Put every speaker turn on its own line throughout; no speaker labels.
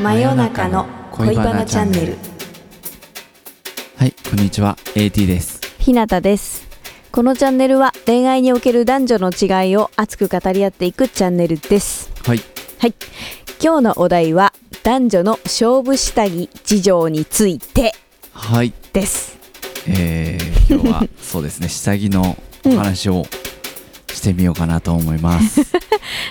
真夜中の恋バナチャンネル
はい、こんにちは、AT です。
ひなたですこのチャンネルは恋愛における男女の違いを熱く語り合っていくチャンネルです
はい、
はい今日のお題は男女の勝負下着事情について
はい、
です
えー、今日はそ うですね、下着のお話をしてみようかなと思います。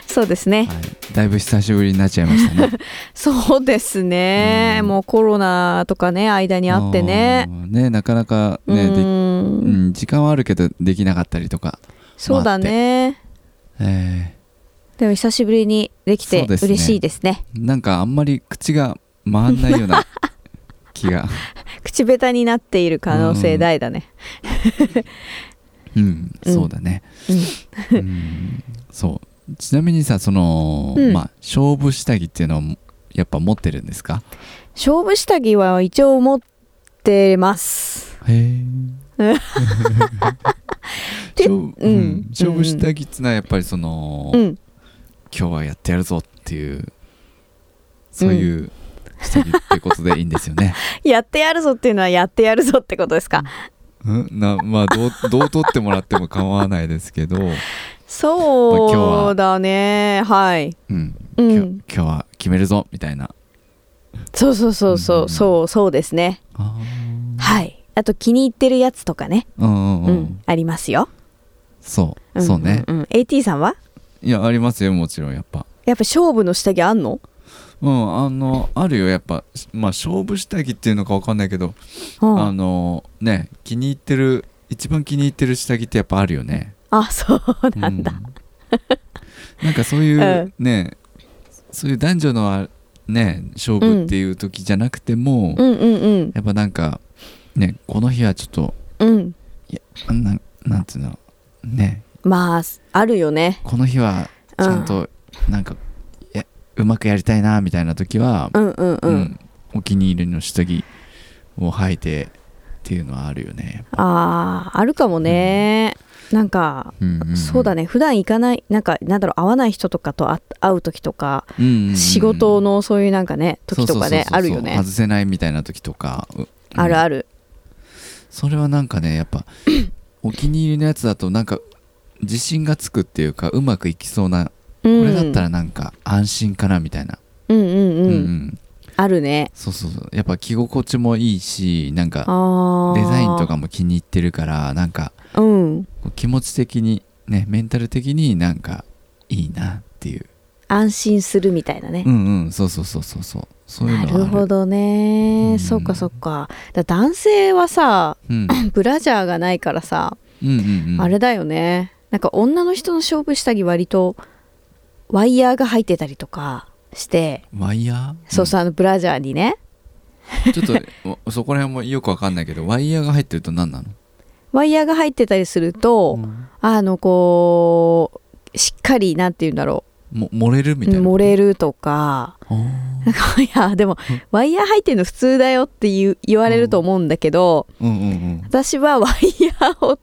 そうですね
はい、だいぶ久しぶりになっちゃいましたね。
そうですね、
うん
もうコロナとかね間にあってね
あー。ね、なかなか
う
ね、でうんん、時間はあるけどできなかったりとか、
そうだね
え
でも久しぶりにできて
そうですね
嬉しいですね
ー、なんかあんまり口が回んないよ うな気が、
口下手になっている可能性大だね、
うん、そうだね。
うん
うん、そう。ちなみにさ、その、
うん
まあ勝負下着っていうのをやっぱ持ってるんですか？
勝負下着は一応持ってます。
へえ。
で
勝負
うん
うん勝負下着ってのはやっぱりその、
うん、
今日はやってやるぞっていうそういう下着ってことでいいんですよね。
やってやるぞっていうのはやってやるぞってことですか。
うん、なまあどうどう取ってもらっても構わないですけど、まあ今日
そう
は
だね、はい。
うん、
う
きょ
ん、
今日は決めるぞみたいな。
そうそうそうそううんそうそうですね。
あ
はい。あと気に入ってるやつとかね、
ーうんうん
う、
うんん。
ありますよ。
そう、
ん
そうね。。
うん、AT さんはい
やありますよもちろんやっぱ。
やっぱ勝負の下着あんの？
うんあのあるよやっぱまあ勝負下着っていうのかわかんないけど
うん、
あ
あ
のね気に入ってる一番気に入ってる下着ってやっぱあるよね
そうなんだ。
うんなんかそういう、ねそういう男女のあね勝負っていう時じゃなくても、
うんうん
やっぱなんかねこの日はちょっと
うんうん。
ななんていうのね
まああるよね。
この日はちゃんとなんか、やうまくやりたいなみたいな時は、
うんうんうん。
うんお気に入りの下着を履いてっていうのはあるよね。
あああるかもね。なんか
うんんん
そうだね普段行かないなんかなんだろう会わない人とかとあ会う時とか、
うんうんうん
仕事のそういうなんかね時とかね
そうそうそうそう
あるよね
外せないみたいな時とか、う
ある
る
ある
それはなんかねやっ ぱお気に入りのやつだとなんか自信がつくっていうかうまくいきそうな
こ
これだったらなんか安心かなみたいな、
うんうんうん、
うんうん
あるね
そうそうそうやっぱ着心地もいいしなんか
あー
デザインとかも気に入ってるからなんか
うん
こう気持ち的にねメンタル的になんかいいなっていう
安心するみたいなね
う、んうんそうそうそうそうそうそういうの
な
はある
るほ、どね、
うん
そっかそっかだ男性はさ
うん、
ブラジャーがないからさ、
うんうんうん
あれだよねなんか女の人の勝負下着割とワイヤーが入ってたりとかして
ワイヤー
そうそうあのブラジャーにね、
ちょっとおそこら辺もよくわかんないけどワイヤーが入ってると何なの
ワイヤーが入ってたりすると、あのこうしっかりなんて言うんだろ
も漏れる
う
みたいな
漏れるとか
あー
なんかいやでも
うん
ワイヤー入ってるの普通だよって言う言われると思うんだけど、
うんうんうん
私はワイヤーを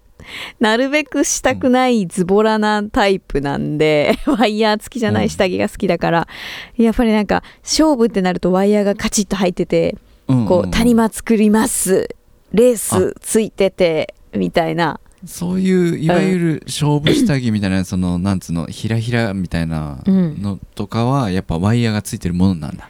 なるべくしたくないズボラなタイプなんで、ワイヤー付きじゃない下着が好きだから、やっぱりなんか勝負ってなるとワイヤーがカチッと入ってて
うんうん
こ
うん
う谷間作りますレースついててみたいな
そういういわゆる勝負下着みたいなそのなんつうのひらひらみたいな
うん
のとかはやっぱワイヤーがついてるものなんだ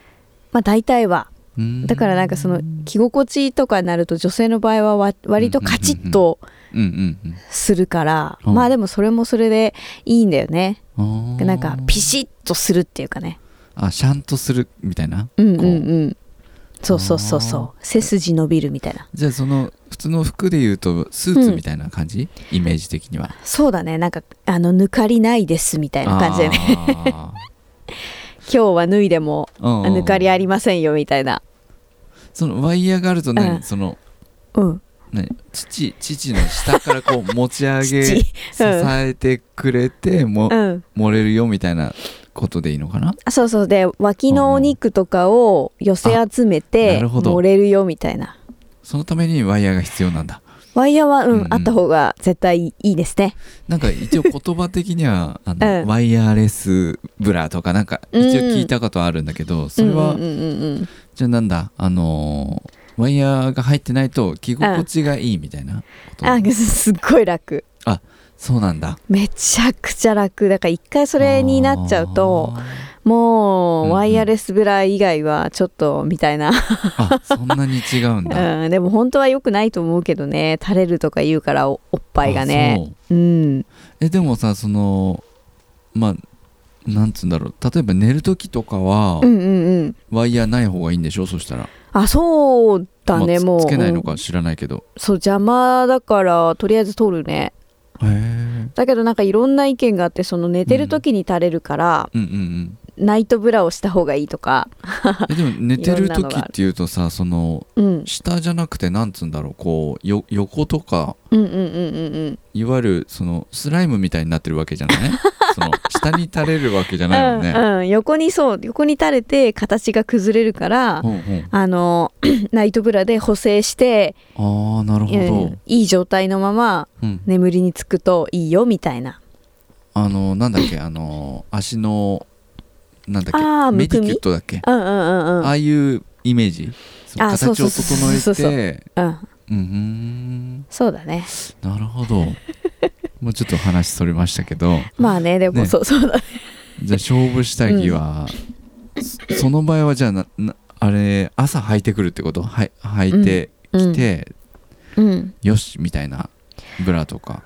まあ大体は
うーん
だからなんかその着心地とかになると女性の場合はわ割とカチッと
うんうん
するから、
うん
まあでもそれもそれでいいんだよね、
うんあー
なんかピシッとするっていうかね
あシャンとするみたいな
うんうん
こ
うんそうそうそうそう背筋伸びるみたいな
じゃあその普通の服で言うとスーツみたいな感じ、イメージ的には
そうだねなんかあの抜かりないですみたいな感じでね
あ
今日は脱いでも
ーうんうんうん
抜かりありませんよみたいな
そのワイヤーがあるとね、
うん
その
うん
ね父父の下からこう持ち上げ
父
支えてくれて
う
も、
ん
漏れるよみたいなことでいいのかな
あそうそうで脇のお肉とかを寄せ集め
うんあ
て
なるほど
盛れるよみたいな
そのためにワイヤーが必要なんだ
ワイヤーは、うん、
うん
あった方が絶対いいですね。
なんか一応言葉的 にはあの、
うん
ワイヤーレスブラとかなんか一応聞いたことあるんだけど、それは、
うんうんうんうんうん
じゃあなんだあのーワイヤーが入ってないと着心地がいいみたいなこと、
あ、 すっごい楽。
そうなんだ
めちゃくちゃ楽。だから一回それになっちゃうと、も
うんう
う、
ん
ワイヤレスブラ以外はちょっと、みたいな。
あーあそんなに違うんだ、
うん、でも本当は良くないと思うけどね、垂れるとか言うから、おおっぱいが
あ
ね。
そう
うん。
えでもさそのまあなんつうんだろう例えば寝る時とかは、
うんうんうん。
ワイヤーない方がいいんでしょそしたら
あ、そうだね、
まあつ
もう。
つけないの
うん
か知らないけど、
そう、邪魔だから、とりあえず取るね。
へえ
だけどなんかいろんな意見があって、その寝てる時に垂れるから、
うんうんうん
ナイトブラをした方がいいとか。
えでも寝て
い
る
ろんなの
時
があ
っ
る
ていうとさその
うん。
下じゃなくてなんつうんだろうこうよ横とか
うんうんうんうんうん。
いわゆるそのスライムみたいになってるわけじゃない その下に垂れるわけじゃないよ
う
ね。
んうん、横にそう横に垂れて形が崩れるから、
ほうほう
あの ナイトブラで補正して、
ああなるほど、
うんいい状態のまま
うん
眠りにつくといいよみたいな
あのなんだっけあの足のなんだ
あー
っけメ
む
デ
く
ィ
み
キュットだっけ、
うんうんうんう
あ
ん
あいうイメージその
あそう
形
そ
を
うそうそうそう
整
そう
えて
うん
うんうん
そうだね
なるほど もうちょっと話それましたけど
まあねでも
ね
そうそうだね
じゃあ勝負下着は、そその場合はじゃあななあれ朝履いてくるってことはい履いてきて、
うん
よしみたいなブラとか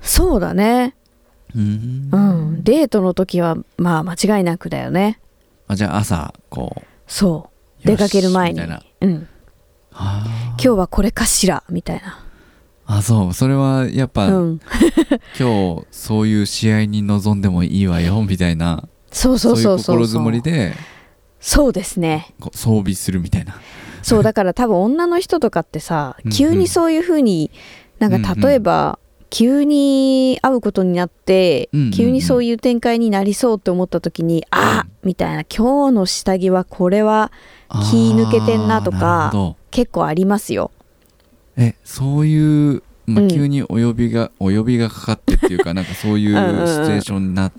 そうだね
うん
うんデートの時はまあ間違いなくだよね
あじゃあ朝こ
そうう出かける前
よ
に
しみたいな
うん
あー
今日はこれかしらみたいな
あそうそれはやっぱ、
うん
今日そういう試合に臨んでもいいわよみたいな
そうそうそうそう
いう心づもりで
そうですね
こう装備するみたいな
そうだから多分女の人とかってさ
うんうん
急にそういうふうになんか例えば急に会うことになって
うんうんうん
急にそういう展開になりそうって思った時に「あみたいな「今日の下着はこれは
あー
気抜けてんなとか
なるほど
結構ありますよ
えそういう、ま
う
あ、
ん
急にお呼びが、お呼びがかかってってい うかなんかそういうシチ
うんうんうん
ュエーションにな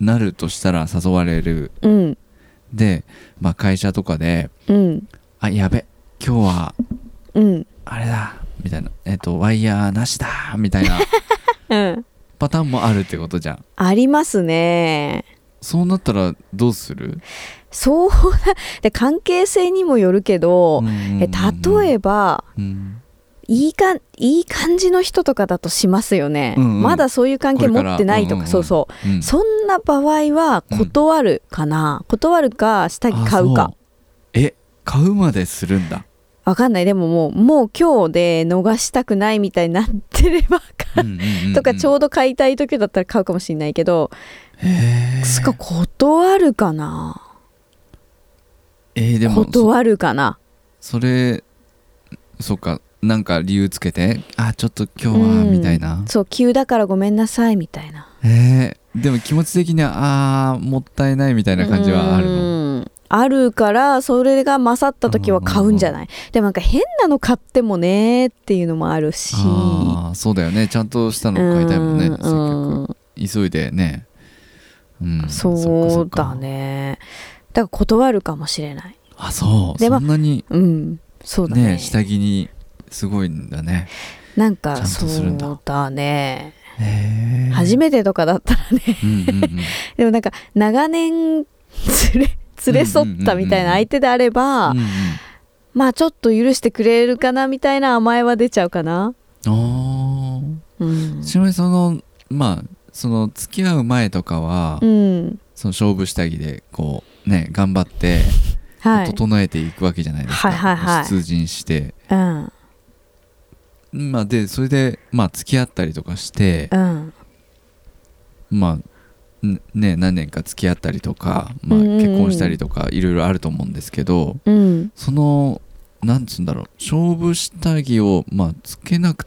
なるとしたら誘われる」
うん
で、まあ、会社とかで
うん
「あやべ今日は
うん
あれだ」みたいな「えっとワイヤーなしだ」みたい な
うん
パターンもあるってことじゃん
ありますね
そうなったらどうする
そうだ で関係性にもよるけどえ例
ば、
えば
うん
いいかんいい感じの人とかだとしますよね、
うんうん
まだそういう関係持ってないとか
これからうんうんうん
そうそう
うん
そんな場合は断るかな、断るか下着買う
あ
か
そうえ買うまです るんだ
わかんないでももうもう今日で逃したくないみたいになってればとかちょ
う
うど買いたい時だったら買うかもしれないけど、
ど、へー
すか断るかな
えーでもそ
断るかな
それそっかなんか理由つけてあちょっと今日は
うん
みたいな、
そう急だからごめんなさいみたいな
えーでも気持ち的にはあーもったいないみたいな感じはあるの
うんあるからそれが勝った時は買うんじゃないでもなんか変なの買ってもねっていうのもあるし
あーそうだよねちゃんとしたの買いたいもんねせ
う
っ
ん
かく急いでね、うん、
そ
そっ
う
かそっ
だ
か
ねだから断るかもしれない
あそう
でま
そ
あ
んなに
うんそうだ
ね
ね
下着にすごいんだね
なん
ちゃ
か
んと
そ
するんだ
うだね
へえ
初
め
めてとかだったら ね
うんうんうん
でもなんか長年連れ連れ添ったみたいな相手で あれば、
うんうん
まあちょっと許してくれるかなみたいな甘えは出ちゃうかな、
あ
うん
ー、ちなみにそのまあその付き合う前とかは、
うん、
その勝負下着でこうね頑張って
はい、
整えていくわけじゃないですか、
はいはいはい
出陣して、
うん
まあ、でそれで、まあ、付き合ったりとかして
う、ん
まあんね、何年か付き合ったりとか、まあ、
うんうんうん
結婚したりとかいろいろあると思うんですけど
うん
そのなんつうんだろう勝負下着を、まあ、つけなく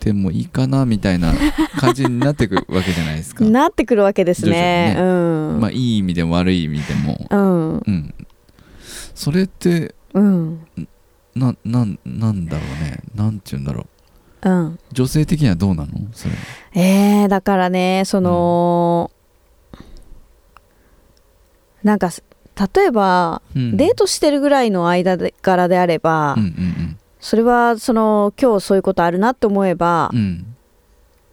てもいいかなみたいな感じになってくわけじゃないですか。
なってくるわけですね
徐
うん、
まあ、いい意味でも悪い意味 でも、
うん
うん、それって
うん
ななんなんだろうねなんて言うんだろう
うん
女性的にはどうなのそれ
えー、だからねその、なんかす例えば、
うん
デートしてるぐらいの間でからであれば、
うんうん
それはその今日そういうことあるなって思えば、
うんうん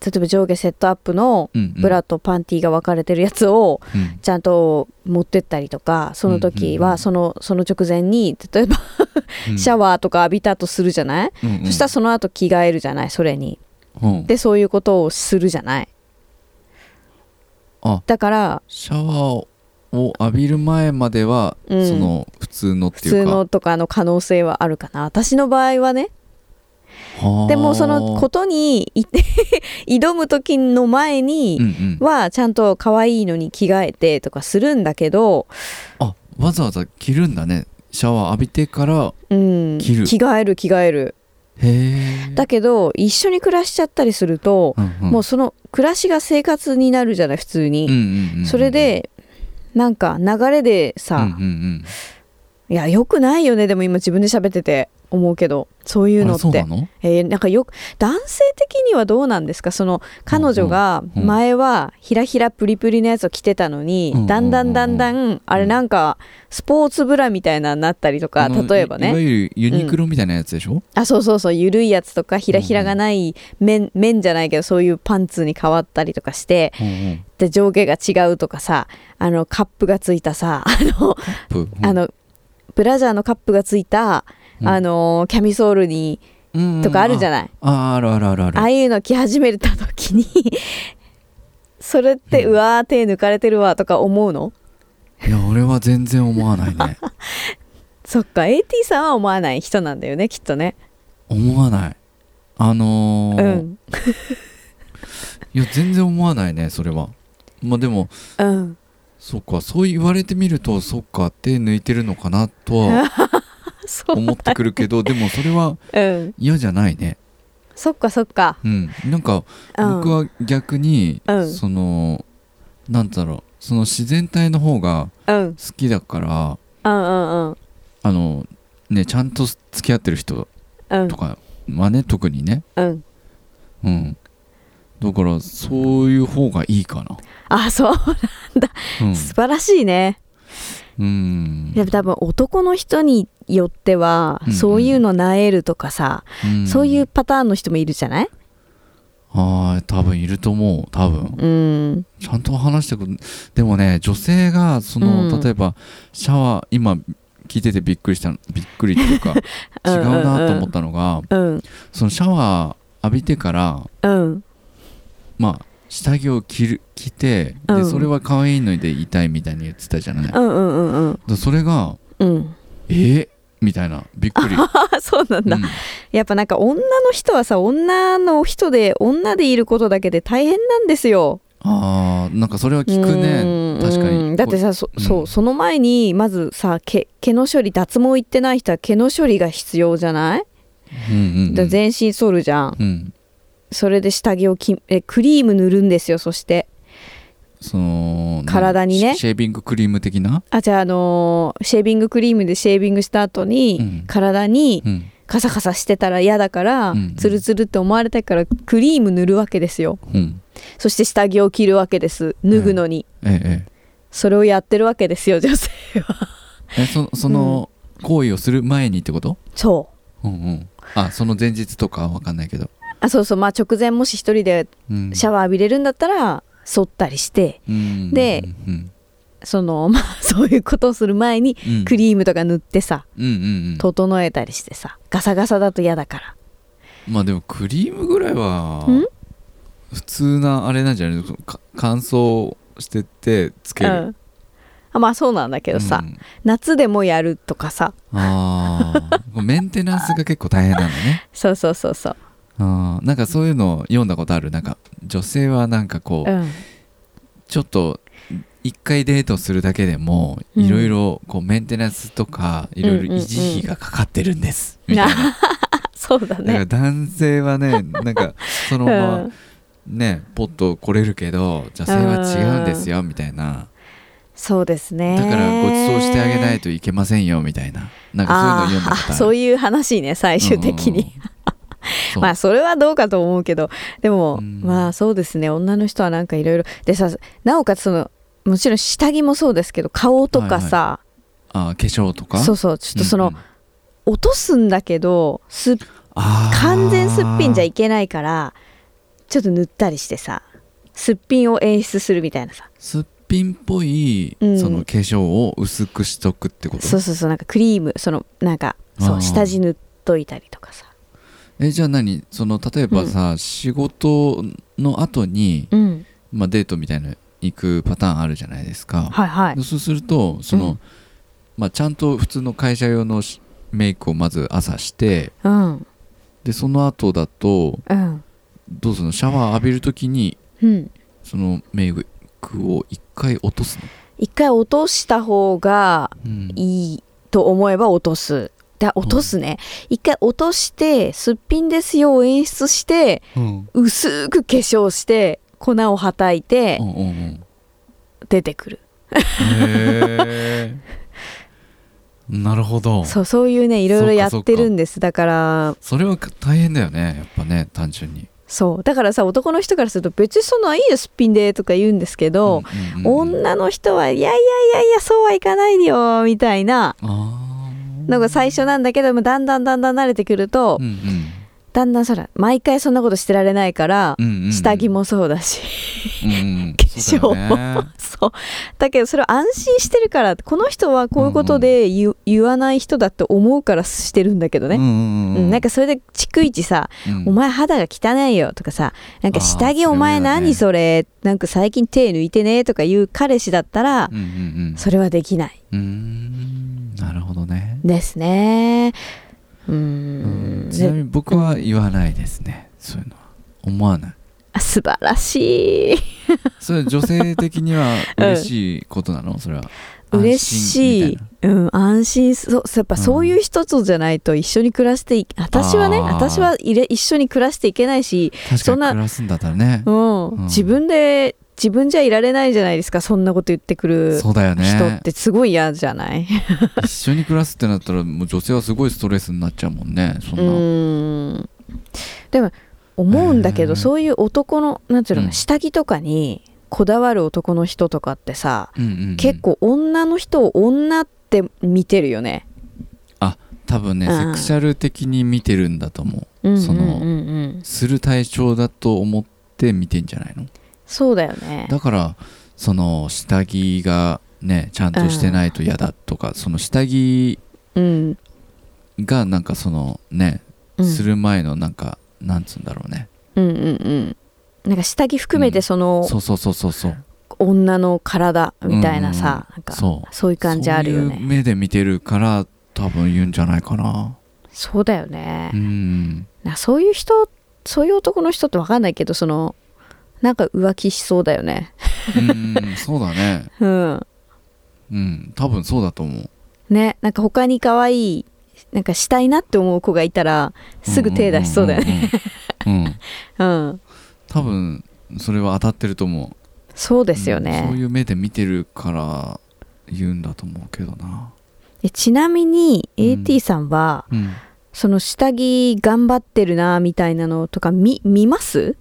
例えば上下セットアップの
うんうん
ブラとパンティーが分かれてるやつを
うん
ちゃんと持ってったりとかその時
うんうんう
は
ん
その,、その直前に例えば
うん
シャワーとか浴びたとするじゃない、
うんうん
そしたらその後着替えるじゃないそれに
うん
でそういうことをするじゃない
あ
だから
シャワーを浴びる前までは、
うん
その普通のっ
普
てい
通
うか
のとかの可能性はあるかな私の場合はね
はあ
でもそのことにい 挑む時の前
うん
に
うん
はちゃんと可愛いのに着替えてとかするんだけど、
あわざわざ着るんだねシャワー浴びてから
うん、
着る
着替える着替える
へえ
だけど一緒に暮らしちゃったりすると、
うんうん
もうその暮らしが生活になるじゃない普通に、
うんうんうんうん
それでなんか流れでさ、
うんうん、
いやよくないよねでも今自分で喋ってて思うけどそういううんの
あ
っ
そう
て
なの
えーなんかよく男性的にはどうなんですかその彼女が
うんうん
前はひらひらプリプリのやつを着てたのに、
うんうんうん
だんだんだんだんあれなんかスポーツブラみたいなのになったりとか
あの
例えば
いいわ
ね
ゆるユニクロみたいなやつでしょ、
あそうそうそう緩いやつとかひらひらがない面面じゃないけどそういうパンツに変わったりとかして
うんうん
で上下が違うとかさあのカップがついたさあの,、
プうん
あのブラジャーのカップがついた、
うん
あのキャミソールに
うんうん
とかあるじゃ
ない
ない。
ああるあるあるある
ああいうの着始めた時に それってうわー手抜かれてるわとか思うの
いや俺は全然思わない ね
そっか AT さんは思わない人なんだよねきっとね
思わないあの
う
ー
ん
いや全然思わないねそれはまあでも
うん
そっかそう言われてみるとそっか手抜いてるのかな とは
そう
思ってくるけどでもそれは
うん
嫌じゃないね
そっかそっか
うんなんか
うん
僕は逆に、
うん
そのなんだろうその自然体の方が
うん
好きだから
うんうんうん
あのねちゃんと付き合ってる人
うん
とかはね特にね
うん
うんだからそういう方がいいかな
あそう
うん
素晴らしいね、
うん
でも多分男の人によっては、
うん
そういうのなえるとかさ、
うん
そういうパターンの人もいるじゃない
ああ多分いると思う多分
うん
ちゃんと話してくるでもね女性がその、
うん
例えばシャワー今聞いててびっくりしたのびっくりっていう か
うん
違
うん
う
うん
なと思ったのが
うん
そのシャワー浴びてから
うん
まあ下着を着る着てで、
うん
それは可愛いのでいたいみたいに言ってたじゃない、
うんうんうんうん
でそれが
うん
えー、みたいなびっくり、う
あそうなんだ、
ん
やっぱなんか女の人はさ女の人で女でいることだけで大変なんですよ
あーなんかそれは聞く
うん
ね確か
う
に
んだってさそ,、
うん
そうその前にまずさ毛毛の処理脱毛行ってない人は毛の処理が必要じゃない、
うんうんうん
だから全身剃るじゃん
うん
それで下着をきえクリーム塗るんですよそして
その
体にね
シェービングクリーム的な、
あじゃあ、あのーシェービングクリームでシェービングした後に、
うん
体に
うん、
カサカサしてたら嫌だから、
うん
ツルツルって思われたいからクリーム塗るわけですよ
うん、
そして下着を着るわけです脱ぐのに、
ええ
それをやってるわけですよ女性は
ええそその行為をする前にってこと、
そう
うんうん、あその前日とかは分かんないけど、
あそうそうまあ直前もし一人で
うん、
シャワー浴びれるんだったら剃ったりして
うん
で
うん
その まあそういうことをする前に
うん、
クリームとか塗ってさ
うんうんうん
整えたりしてさガサガサだと嫌だから
まあでもクリームぐらいは
ん
普通なあれなんじゃないか乾燥してってつける、
うんあまあそうなんだけどさ、
うん
夏でもやるとかさ
あ あメンテナンスが結構大変なんだね
そうそうそうそう、
あーなんかそういうのを読んだことあるなんか女性はなんかこう、
うん、
ちょっと一回デートするだけでも
うん
いろいろこうメンテナンスとかいろいろ維持費がかかってるんです、
うんうんうん
みたいな
そうだ
だから
ね
男性は ねなんかそのまま
ん、
ねポッと来れるけど女性は違うんですよみたいな
そうですね
だからご馳走してあげないといけませんよみたいななんかそういうの読んだことあ
あー
る
そういう話ね最終的に、
うんそう
まあそれはどうかと思うけどでも、
うん
まあそうですね女の人はなんかいろいろでさなおかつそのもちろん下着もそうですけど顔とかさ、
あー化粧とか
そうそうちょっとその、
うんうん
落とすんだけどすっ
あー
完全すっぴんじゃいけないからちょっと塗ったりしてさすっぴんを演出するみたいなさ
すっぴんっぽい、
うん
その化粧を薄くしとくってこと
そうそうそうなんかクリームそのなんかそ
あー
う下地塗っといたりとかさ
えじゃあ何その例えばさ、仕事の後に、
うん
まあ、デートみたいなの行くパターンあるじゃないですか、
はいはい
そうするとその、
うん
まあ、ちゃんと普通の会社用のしメイクをまず朝して
うん
でその後だと
うん
どうするのシャワー浴びるときに
うん
そのメイクを一回落とすの、
一回落とした方が
うん
いいと思えば落とすだ落とすね一回落としてすっぴんですよを演出して
うん
薄く化粧して粉をはたいて
うんうんうん
出てくる
へー なるほど
そうそういうねいろいろやってるんですだから
それは大変だよねやっぱね単純に
そうだからさ男の人からすると別にそんなんいいよすっぴんでとか言うんですけど、
うんうんうん
女の人はいやいやいやいやそうはいかないよみたいな
あ
のが最初なんだけどもだんだんだんだん慣れてくると、
ーうんうん
だんだんそら毎回そんなことしてられないから、
うんうんうん
下着もそうだし、
うんうん
化粧
そうだよね
そうだけどそれを安心してるからこの人はこういうことで言,、言わない人だって思うからしてるんだけど
う
ね、
んうんう
うん
ん
なんかそれで逐一さ
うん
お前肌が汚いよとかさなんか
あー
下着
それは
お前何
ね
それなんか最近手抜いてねとか言う彼氏だったら
うんうん
それはできない
うんうーんなるほどね
ですねうー
うん
ん
ちなみ
で
に僕は言わないですねそういうのは思わない
あ素晴らしい
それは女性的には
うん
嬉しいことなのそれは
嬉しい
安心みたな
うん安心そうそうやっぱ
うん
そういう人とじゃないと一緒に暮らしてい私はね
あー
私はいれ一緒に暮らしていけないし、
確か
そん
に
な
暮らすんだったらね
うん
うん
自分で自分じゃいられないじゃないですかそんなこと言ってくる
そうだよ
人
ね
ってすごい嫌じゃない
一緒に暮らすってなったらもう女性はすごいストレスになっちゃうもんねそんな、
うーんでも思うんだけど、
えー
そういう男のなんていうのかな、
うん
下着とかにこだわる男の人とかってさ、
うんうんうん
結構女の人を女って見てるよね。
多分ね
うん
セクシャル的に見てるんだと思
うんうん
その
うんうん
うする対象だと思って見てんじゃないの
そうだよね。
だからその下着がねちゃんとしてないと嫌だとか、その下着
うん
がなんかそのね、
うん、
する前のなんかなんつうんだろうね
うんうんうんなんか下着含め
う
て
ん
その
そうそうそうそうそう
女の体みたいなさ、なんか
そう
そういう感じあるよ
そういう
ね。
目で見てるから多分言うんじゃないかな
そうだよね。
うん
なんかそういう人そういう男の人ってわかんないけどそのなんか浮気しそうだよね。
うんそうだね
うん
うん多分そうだと思う
ねなんか他に可愛いなんかしたいなって思う子がいたらすぐ手出しそうだよね
ねうんう
う
ん
ん
多分それは当たってると思う
そうですよ
うんそう
ね
いう目で見てるから言うんだと思うけどな
えちなみに
うん
AT さんは、
うん
その下着頑張ってるなみたいなのとか見見ます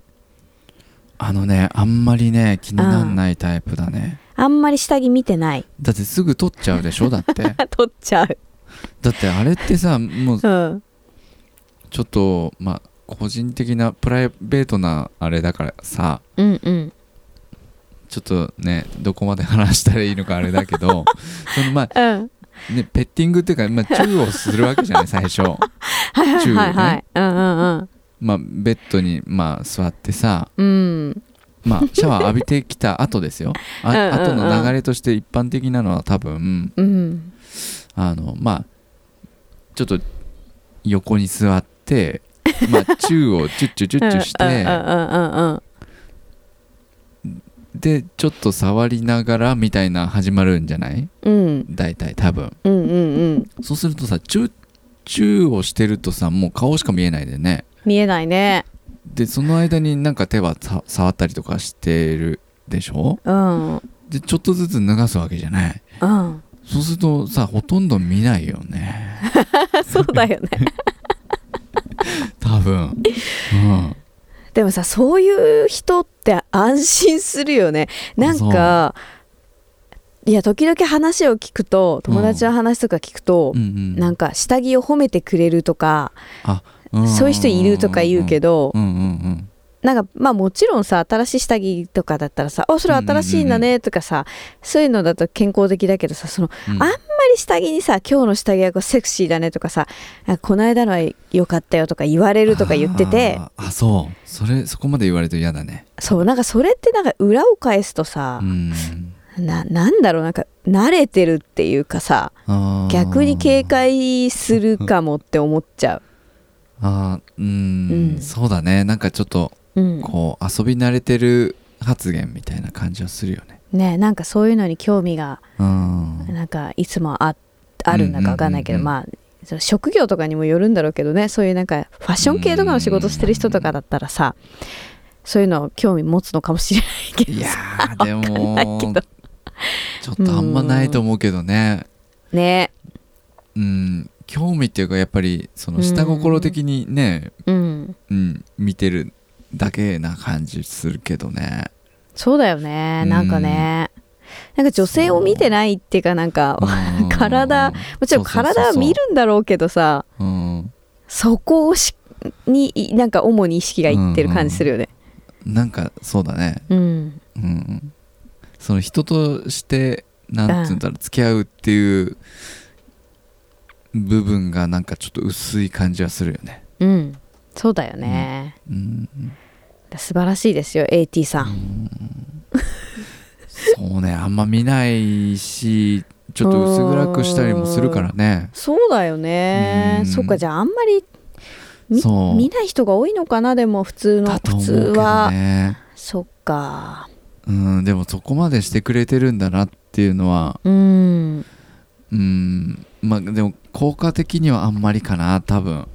あのねあんまりね気になんないタイプだね
あんまり下着見てない
だってすぐ取っちゃうでしょだって
取っちゃう
だってあれってさもう
うん
ちょっとまあ個人的なプライベートなあれだからさ
うんうん
ちょっとねどこまで話したらいいのかあれだ けどそのまあ
うん
ねペッティングっていうか、まあ、チューをするわけ じゃない最初
はいはい
中央ね
はいはい、うんうん
まあベッドにまあ座ってさ
うんうん
まあシャワー浴びてきた後ですよあ
うんうんうん
後の流れとして一般的なのは多分
うん
あのまあちょっと横に 座ってまあチューをチュッチュチュッチュし
うんう
て
んうんうんうん
でちょっと触りながらみたいな始まるんじゃない
うん
大体多分
うんうんうん
そうするとさチュッチューをしてるとさもう顔しか見えないでね
見えないね
でその間になんか手はさ触ったりとかしてるでしょ
うん うん
でちょっとずつ脱がすわけじゃないそうするとさほとんど見ないよね
そうだよね
多分、うん、
でもさそういう人って安心するよねなんかいや時々話を聞くと友達の話とか聞くと、
うんうん
なんか下着を褒めてくれるとか、
うん
そういう人いるとか言うけど、
うんうんうん
なんかまあもちろんさ新しい下着とかだったらさ「あそれ新しいんだね」とかさ、そういうのだと健康的だけどさそのあ
うん
んまり下着にさ「今日の下着はこうセクシーだね」とかさ「あこの間のは良かったよ」とか言われるとか言ってて
あーあそうそれそこまで言われると嫌だね
そうなんかそれってなんか裏を返すとさ
う、ん
ななんだろうなんか慣れてるっていうかさ
あー
逆に警戒するかもって思っちゃ
あーうん、
うん
そうだねなんかちょっと
う、うん、
こう遊び慣れてる発言みたいな感じはするよね
ねなんかそういうのに興味が
うん
なんかいつもああるんだかわかんないけど、
うんうんう
まあその職業とかにもよるんだろうけどねそういうなんかファッション系とかの仕事してる人とかだったらさ、そういうの興味持つのかもしれないけ
い
ど
や
さ
ーで
んないけ
も
ど
ちょっとあんまないと思うけどね
ね
うん興味っていうかやっぱりその下心的にね、
うん
うん、見てるだけな感じするけどね
そうだよねなんかね、なんか女性を見てないっていうかなんか
うん
体もちろん体は見るんだろうけどさ
うん
そこをしにいなんか主に意識がいってる感じするよね
なんかそうだね
うん、
うんその人としてなんつうんだろう付き合うっていう部分がなんかちょっと薄い感じはするよね
うん、そうだよね、
うん
素晴らしいですよ AT さん
そうねあんま見ないしちょっと薄暗くしたりもするからね
そうだよね
うん
そっかじゃああんまりみ
そう
見ない人が多いのかなでも普通の
だと
普
思う
通
けど
は、
ね
そっか
うんでもそこまでしてくれてるんだなっていうのは
うん
うんまあでも効果的にはあんまりかな多分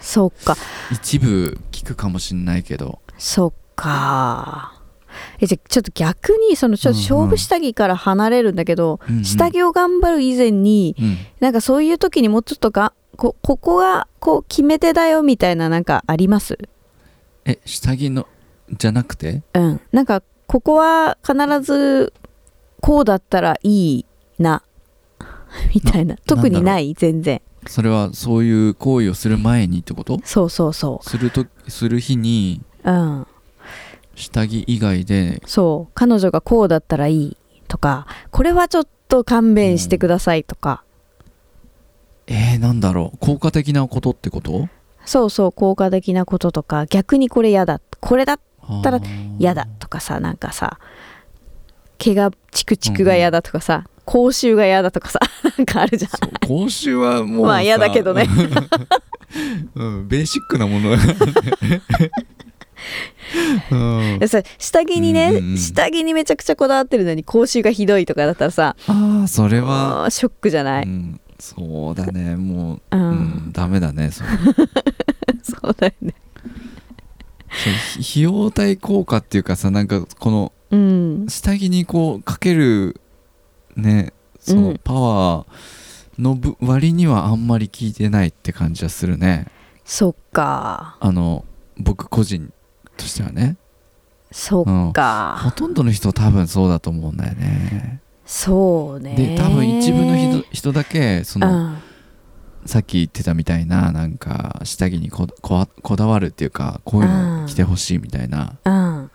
そっか
一部聞くかもしんないけど
そっかえじゃあちょっと逆にそのちょっと
うんうん
勝負下着から離れるんだけど、
うんうん
下着を頑張る以前に
うん
なんかそういう時にもうちょっとがこここがこう決め手だよみたいななんかあります
え下着のじゃなくて
うん、なんかここは必ずこうだったらいいな みたいな特にない全然
それはそういう行為をする前にってこと
そうそうそ
するとする日に
ううん
下着以外で
そう彼女がこうだったらいいとかこれはちょっと勘弁してくださいとか、
えー、なんだろう効果的なことってこと
そうそう効果的なこととか逆にこれ嫌だこれだっ
あー
たら嫌だとかさなんかさ毛がチクチクが嫌だとかさ、口臭が嫌だとかさ なんかあるじゃん
そう口臭はもう
まあ
さ
嫌だけどね
うんベーシック なものだねうん
でさ下着にね、
うんうんうん
下着にめちゃくちゃこだわってるのに口臭がひどいとかだったらさ
ああそれは、
あーショックじゃな
う
い、
ん、そうだねも
う
う、
ん
うんダメだねその
そうだよね
そう費用対効果っていうかさなんかこの
うん
下着にこうかけるねそうの
ん
パワーのぶ割にはあんまり効いてないって感じはするね
そっか
あの僕個人としてはね
そっか、
ほとんどの人多分そうだと思うんだよね
そうね
で多分一部の人人だけその、
うん
さっき言ってたみたいななんか下着にここわこだわるっていうかこういうの着てほしいみたいな、
うんうん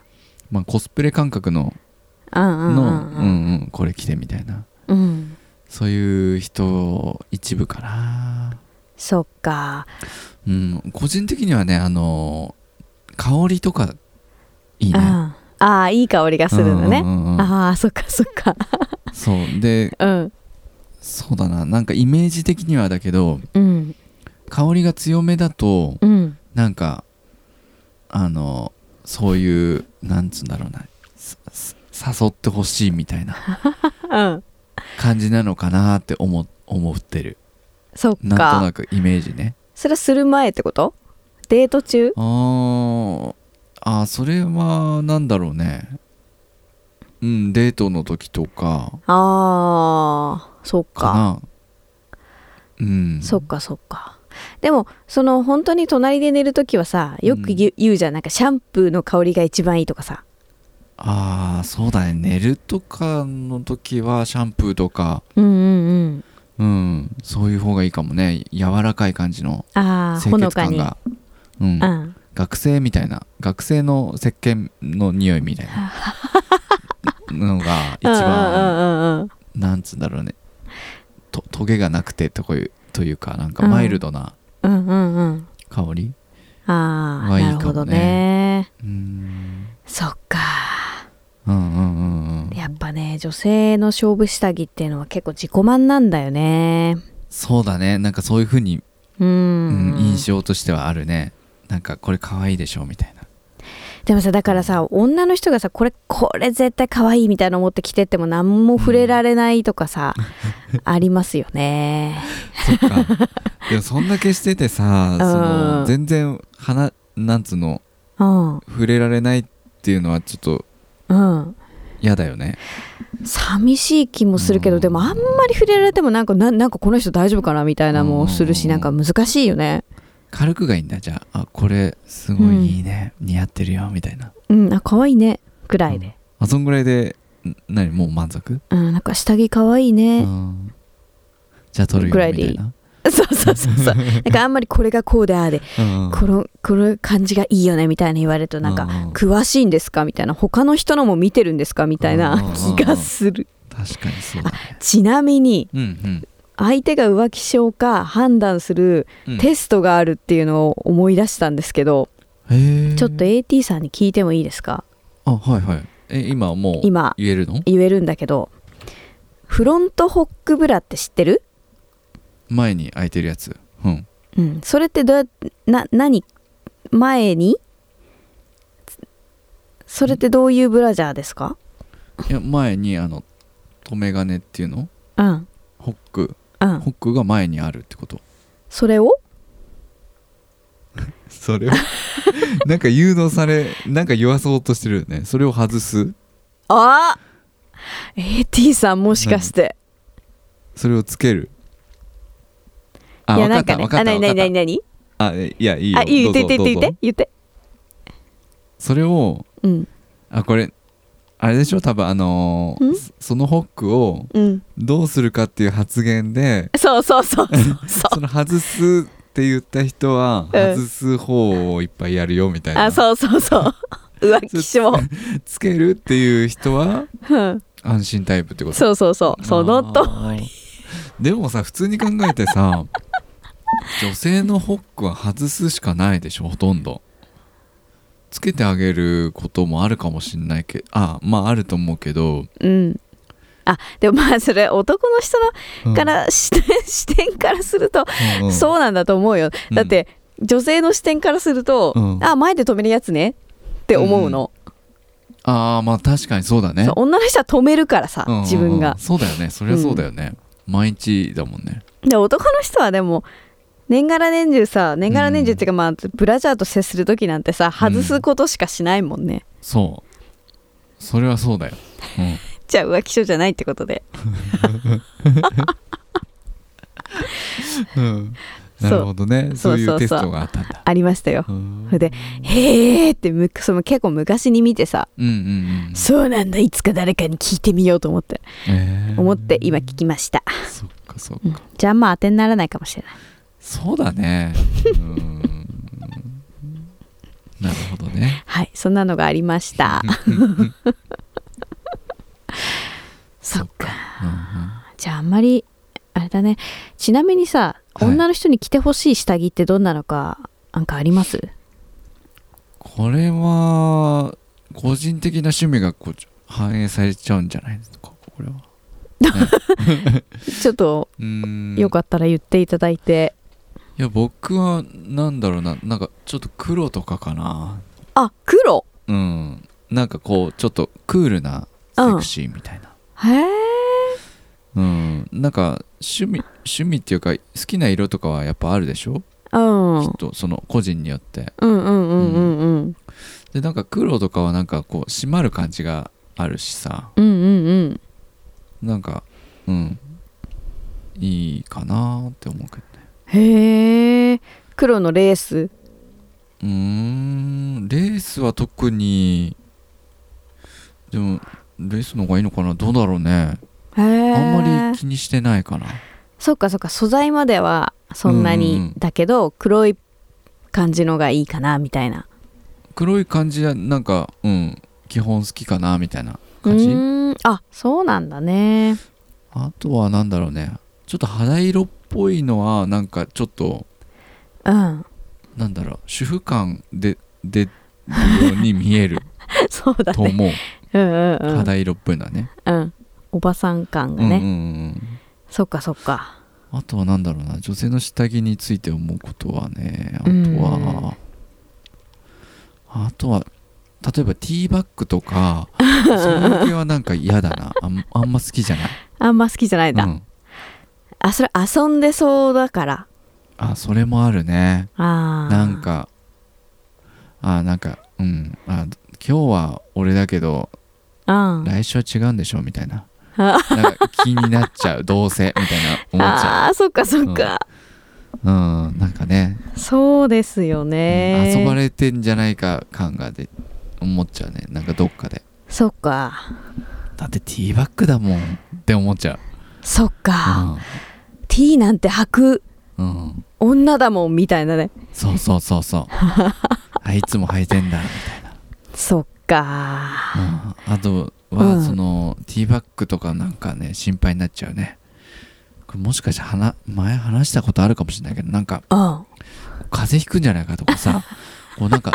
まあ、コスプレ感覚の
うんうん
の、うん
う
うんん、これ着てみたいな
うん
そういう人一部かな
そっか
うん、個人的にはね、あのー香りとかいい
うん
ね。
ああいい香りがするの
う
ね
んうんうん
ああそっかそっか
そうで
うん
そうだななんかイメージ的にはだけど
うん
香りが強めだと
うん
なんかあのそういうなんつうんだろうなすす誘ってほしいみたいな
うん
感じなのかなって思思ってる
そっ
なんと
か
なくイメージね
それはする前ってことデート中
あーあーそれはなんだろうねうんデートの時とか
ああそっか
かなうん
そっかそっかでもその本当に隣で寝る時はさよく言う,、言うじゃんなんかシャンプーの香りが一番いいとかさ
ああそうだね寝るとかの時はシャンプーとか
うんうんうん
うんそういう方がいいかもね柔らかい感じの
ああ
清
ほの
潔
か
感
に
が、うん
う、ん
学生みたいな学生の石鹸の匂いみたい なのが一番
うんうんうんうん
なんつうんだろうねとトゲがなくてとこいうというかなんか
うん
マイルドな
うんうんうん
香り
ああ
はい
なるほどね
うん
そっか
うんうんうんうん
やっぱね女性の勝負下着っていうのは結構自己満なんだよね
そうだねなんかそういうふうに、
う
うんん、印象としてはあるねなんかこれ可愛いでしょみたいな
でもさだからさ女の人がさこれこれ絶対可愛いみたいなの持ってきてっても何も触れられないとか さ、ありますよね
そっ かでもそんだけしててさそ
うん
の全然話なんつうの
うん
触れられないっていうのはちょっと
うん
嫌だよね
寂しい気もするけど、
うん
でもあんまり触れられてもなんかななんかこの人大丈夫かなみたいなもするし、
うん
なんか難しいよね
軽くがいいんだじゃああこれすごいいいね、似合ってるよみたいな
うんあ可愛いねぐらいで、
あそんぐらいでん何もう満足、
うん、なんか下着可愛いね、
うんじゃあ取るよ
ぐらい
み
で
た
いい
いな
そうそうそうそうなんかあんまりこれがこうでああで
うん
このこの感じがいいよねみたいに言われるとなんか、
うん
詳しいんですかみたいな他の人のも見てるんですかみたい
うんうん
な
うん
気がする
確かにそうだね
ちなみに
うんうん
相手が浮気症か判断する
うん
テストがあるっていうのを思い出したんですけど、
へー
ちょっと AT さんに聞いてもいいですか
あはいはいえ今はもう
今
言えるの
言えるんだけどフロントホックブラって知ってる、
前に空いてるやつうん
うん、それってどうやな何前にそれってどういうブラジャーですか
いや前にあの留め金っていうの
うん
ホック
うん
ホックが前にあるってこと
それを
それをなんか誘導されなんか言わそうとしてるよねそれを外す
あ AT さんもしかして
それをつけるあ
い
分
や
か
な
っ
んか
た
ね
分か
あ何何
った分
何
かっ
何
たあえいやいいよ
あいい言って
どうぞ
言って言って言って言っ
どうぞ
て
それを
うん
あこれあれでしょ多分あのー
ん
そそのホックを
うん
どうするかっていう発言で
そうそうそうそうそう
その外すって言った人は
うん
外す方をいっぱいやるよみたいな、
あそうそうそう浮気症
つけるっていう人は
うん
安心タイプってこと
そうそうそうそのと
あーでもさ普通に考えてさ女性のホックは外すしかないでしょほとんどつけてあげることもあるかもしんないけどあまああると思うけど、
うんあでもまあそれ男の人
うん
のから視点 視点からすると
うんうん
そうなんだと思うよ
うん
だって女性の視点からすると
うん
あ前で止めるやつねって思うの
ああまあ確かにそうだね
そう女の人は止めるからさ
うんうんうん
自分が
そうだよねそりゃそうだよね、毎日だもんね
で男の人はでも年がら年中さ年がら年中っていうかまあブラジャーと接する時なんてさ外すことしかしないもんね、
そうそれはそうだよ、うん、
じゃあ浮気症じゃないってことで
うん
そう
なるほどね
そ
そ
そ
う
うそう
ういうテストがあったんだ
ありましたよ
うん
それで「へえ」ってむその結構昔に見てさ
うんうん
「
うん
そうなんだいつか誰かに聞いてみよう」と思って
えー
思って今聞きました、
そっかそっ
うん
か
じゃあまあ当てにならないかもしれない
そうだねうんなるほどね
はいそんなのがありました そっか
うん
じゃああんまりあれだねちなみにさ
はい
女の人に着てほしい下着ってどんなのかなんかあります、
これは個人的な趣味がこう反映されちゃうんじゃないですかこれは
ちょっと
うん
よかったら言っていただいて、
いや僕はなんだろうななんかちょっと黒とかかな
あ黒
うんなんかこうちょっとクールなセクシーみたいな
へえ
うん、なんか趣味趣味っていうか好きな色とかはやっぱあるでしょ、
うんうん
きっとその個人によって
うんうんうんうん
でなんか黒とかはなんかこう締まる感じがあるしさ
うんうんうん
なんかうんいいかなって思うけどね
へ黒のレース
うーんレースは特にでもレースの方がいいのかなどうだろうね
へえ
あんまり気にしてないかな
そっかそっか素材まではそんな
うんう
に
ん
だけど、黒い感じのがいいかなみたいな
黒い感じはなんかうん基本好きかなみたいな感
う
じ
ーんあそうなんだね
あとはなんだろうねちょっと肌色っぽいのはなんかちょっと
うん
なんだろう主婦感で出るように見える
そうだ
と
ね
思う
うんうんうん、
肌色っぽいのはね
うん、おばさん感が
うん
ね、
うんうん
そっかそっか
あとはなんだろうな女性の下着について思うことはねあと
うん
はあとは例えばティーバッグとかそういう系はなんか嫌だなあんあんま好きじゃない、
あんま好きじゃないんだ、
うん、
あそれ遊んでそうだから
あそれもあるね
あー
なんかあなんかうんあ今日は俺だけど
うん
来週は違うんでしょみたい な
あ
なんか気になっちゃうどうせみたいな思っちゃ
あーそっかそっか、
ううんなんかね、
そうですよね、
うん遊ばれてんじゃないか感がで思っちゃうねなんかどっかで
そっか
だってティーバッグだもんって思っちゃう
そっか、T なんて履く
うん、うん、
女だもんみたいなね
そうそうそ うそうあいつも履いてんだみたいな
そっか
うんあと
う
は
ん
その、ティーバッグとかなんかね心配になっちゃうねこれもしかしてはな前話したことあるかもしれないけどなんか
うん
風邪ひくんじゃないかと かさこうなんか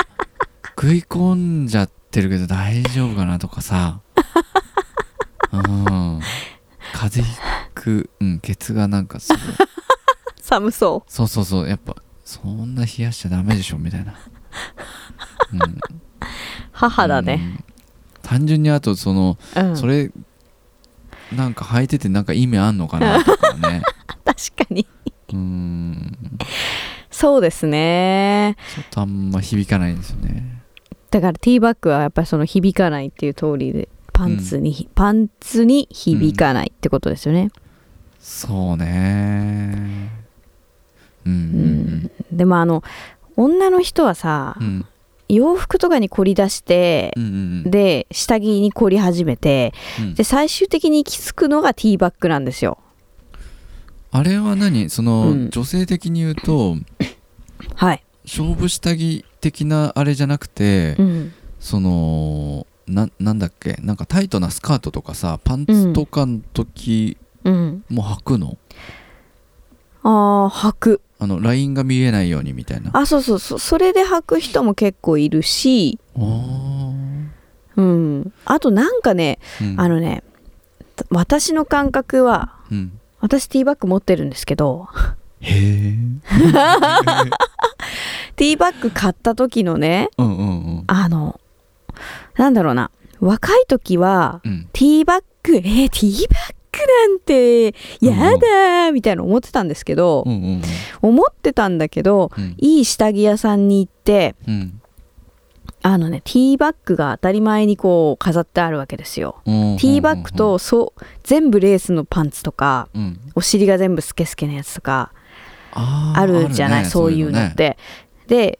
食い込んじゃってるけど大丈夫かなとかさうん風邪ひくうんケツがなんかすごい
寒そ
そうそうそうやっぱそんな冷やしちゃダメでしょみたいな、うん、
う母だね、
うん単純にあとその
うん
それなんか履いててなんか意味あんのかなとか ね
確かに
うーん
そうですね
ちょっとあんま響かないんですよね
だからティーバッグはやっぱりその響かないっていう通りでパンツに、パンツに響かないってことですよね、
そうねうんうん
でもあの女の人はさ、
うんうん
洋服とかに凝り出して
う、んうんうん
で下着に凝り始めて
うん
で最終的に行き着くのがティーバッグなんですよ
あれは何その、
うん
女性的に言うと
はい、
勝負下着的なあれじゃなくて、
うん、
そのななんだっけなんかタイトなスカートとかさパンツとかの時
うん
も履くの、
あー履く
あのラインが見えないようにみたいなあ
あそうそうそうそれで履く人も結構いるし
あー
うんあとなんかね、
うん
あのね私の感覚は
うん、
私ティーバッグ持ってるんですけど
へえ
ティーバッグ買った時のね
うんうんうん
あのなんだろうな若い時は
うん
ティーバッグえー、ティーバッグなんてやだーみたいな思ってたんですけど、
うんうん
思ってたんだけど
うん
いい下着屋さんに行って
うん
あのねティーバッグが当たり前にこう飾ってあるわけですよ。
うん
ティーバッグとそう全部レースのパンツとか
うん
お尻が全部スケスケのやつとか
あー
あるじゃない、
ね
そういうのっ
ね
て。で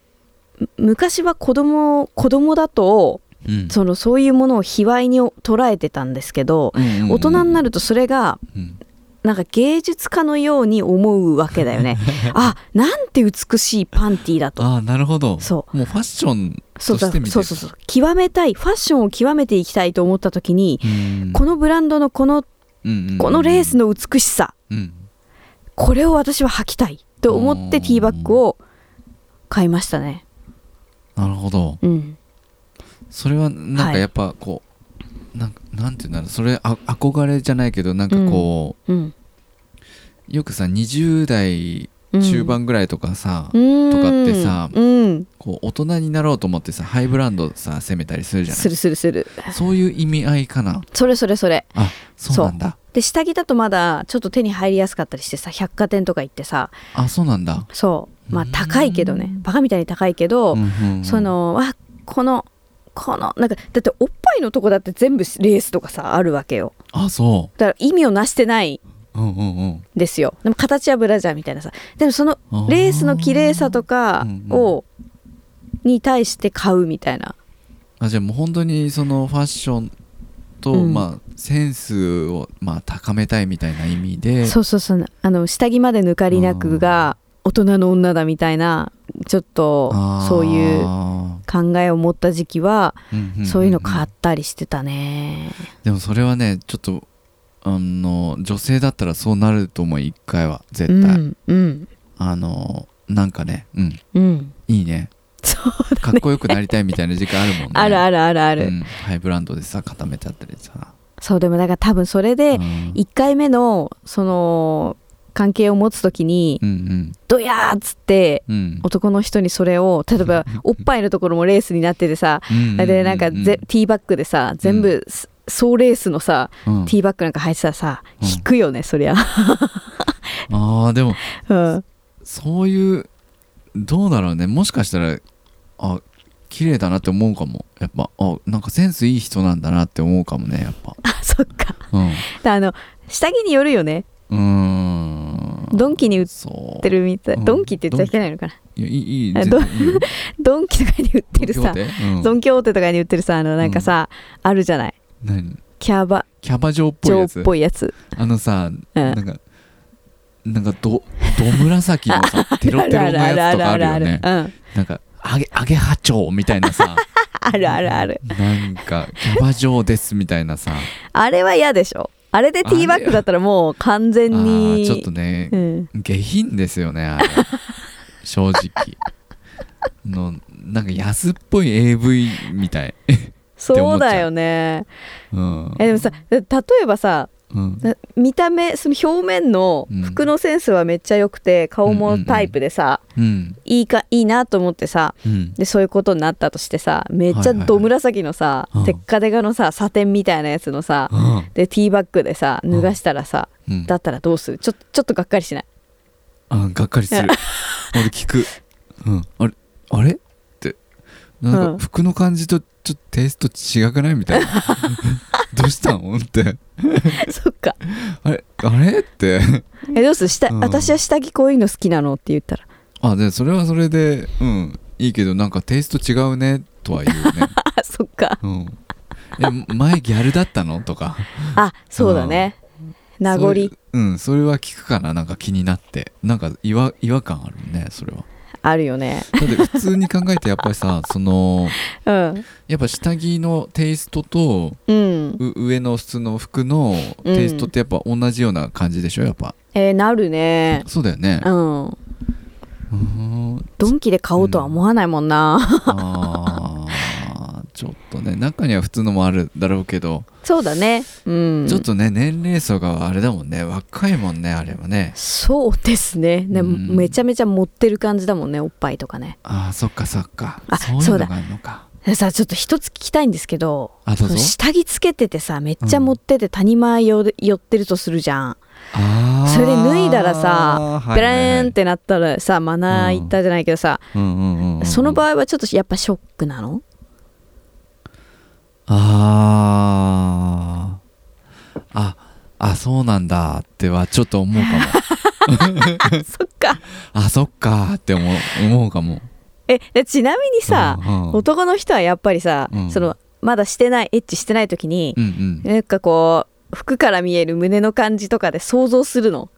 む昔は子供子供だと
うん
そのそういうものを卑猥に捉えてたんですけど、
うんうんうん
大人になるとそれが
うん
なんか芸術家のように思うわけだよね あなんて美しいパンティーだと
ああなるほど
そう
もうファッション
そう
とし
だ
て見てる
そうそうそう極めたいファッションを極めていきたいと思った時に、
うん
このブランドのこの
うんうん
このレースの美しさ
うん
これを私は履きたいと思って
うん
ティーバッグを買いましたね
なるほど
うん
それはなん
は
か
い
やっぱこうなんかなんていうんだろうそれあ憧れじゃないけどなんかこ
うん
うよくさ20代
うん
中盤ぐらいとかさ
と
とかってさ
うん、
こう大人になろうと思ってさハイブランドさ攻めたりするじゃない
するするする
そういう意味合いかな
それそれそれ
あそうなんだ
で下着だとまだちょっと手に入りやすかったりしてさ百貨店とか行ってさ
あそうなんだ
そうまあ
うん
高いけどねバカみたいに高いけど、
うんうんうん
そのわこのこのなんかだっておっぱいのとこだって全部レースとかさあるわけよ
あそ
だから意味をなしてない
うんうんうん
ですよでも形はブラジャーみたいなさでもその
あー
レースの綺麗さとかをに対して買うみたいな
あじゃあもう本当にそのファッションと、
うん
まあ、センスを、まあ、高めたいみたいな意味で
そうそうそうあの下着まで抜かりなくが大人の女だみたいなちょっと
あー
そういう考えを持った時期は
うんんんん
そういうの買ったりしてたね、
でもそれはねちょっとあの女性だったらそうなると思う一回は絶
うん、う
対、
んうん
あのなんかねうんいいね
そう
かっこよくなりたいみたいな時間あるもんね
あるあ
る
るあるある、
うん、ハイブランドでさ固めちゃったりさ
そうでもだから多分それで
うん
1回目のその関係を持つ時に
うん
ドヤーっつって
うんうん
男の人にそれを例えばおっぱいのところもレースになっててさ
うん
でなんかぜティーバッグでさ全部す総レースのさ
うん
ティーバッグなんか入ってたらさ
うん
引くよねそりゃ、
あーでも
うん、
そういうどうだろうねもしかしたらあ綺麗だなって思うかもやっぱあなんかセンスいい人なんだなって思うかもねやっぱ
あそっか
うん
だあの下着によるよね
うーん
ドンキに売っ
そう
てるみたい
うん
ドンキって言っちゃいけないのかない
やいいいい
あ
全
ど
然いいよ
ドンキとかに売ってる
ドン
さ
キホーテうん
ドン・キホーテとかに売ってるさあのなんかさ、あるじゃない
何
キャバ
キャバ嬢っぽい
嬢
や
っ
つ
ぽいやつ
あのさ、
うん
なんかなんかどど紫の さテロテロのやつとかあるよね
ある
なんかあげあげ波長みたいな さ
あるあるある
なんかキャバ嬢ですみたいなさ
あれは嫌でしょあれでティーバッグだったらもう完全
あ
に
ーちょっとね、
うん、
下品ですよねあ れ正直のなんか安っぽい AV みたい、
そうだよね
うん
えでもさ例えばさ
うん
な見た目その表面の
うん
服のセンスはめっちゃ良くて、顔もタイプでさ、
うん
いいかいいなと思ってさ
うん
でそういうことになったとしてさめっ
は
ち
い
ゃ
はいはい
ど紫のさ、
うん
テッカテカのさサテンみたいなやつのさ、
うん
でティーバッグでさ脱がしたらさ、
うん
だったらどうするちょちょっとがっかりしない
あがっかりする俺聞く、うん、あれあれってな
うんん
か服の感じとちょっとテイスト違くないみたいな どうしたのって
そっか
あれあれって
えどうする下、
うん
私は下着こういうの好きなのって言ったら
あでそれはそれでうんいいけどなんかテイスト違うねとは言う ね
あそっか
うん、え前ギャルだったのとか
あそうだね名
そ
残
れうんそれは聞くかななんか気になってなんか違和違和感あるねそれは
あるよね
だって普通に考えてやっぱりさその
うん
やっぱ下着のテイストと
うん
う上の普通の服のテイストってやっぱ同じような感じでしょやっぱ、
えーなるね
そうだよね
うん
うん
ドンキで買おうとは思わないもんな、
あーちょっとね中には普通のもあるだろうけど、
そうだねうん
ちょっとね年齢層があれだもんね若いもんねあれはね
そうですねね、
うん
めちゃめちゃ持ってる感じだもんねおっぱいとかね
ああそっかそっか
あ
そういう
そう
の
だ
があるのか
でさちょっと一つ聞きたいんですけど
あどうぞ
下着つけててさめっちゃ持ってて谷間よ寄ってるとするじゃん、
あー
それで脱いだら
は
さ
いはい
ペラーンってなったらさまな板じゃないけどさ、
うんうんうんうん
その場合はちょっとやっぱショックなの
あーああそうなんだってはちょっと思うかも
そっか
あそっかって思う思うかも
えでちなみにさ、
うんうん
男の人はやっぱりさ、
うん
そのまだしてないエッチしてない時に
う、んうん
なんかこう服から見える胸の感じとかで想像するの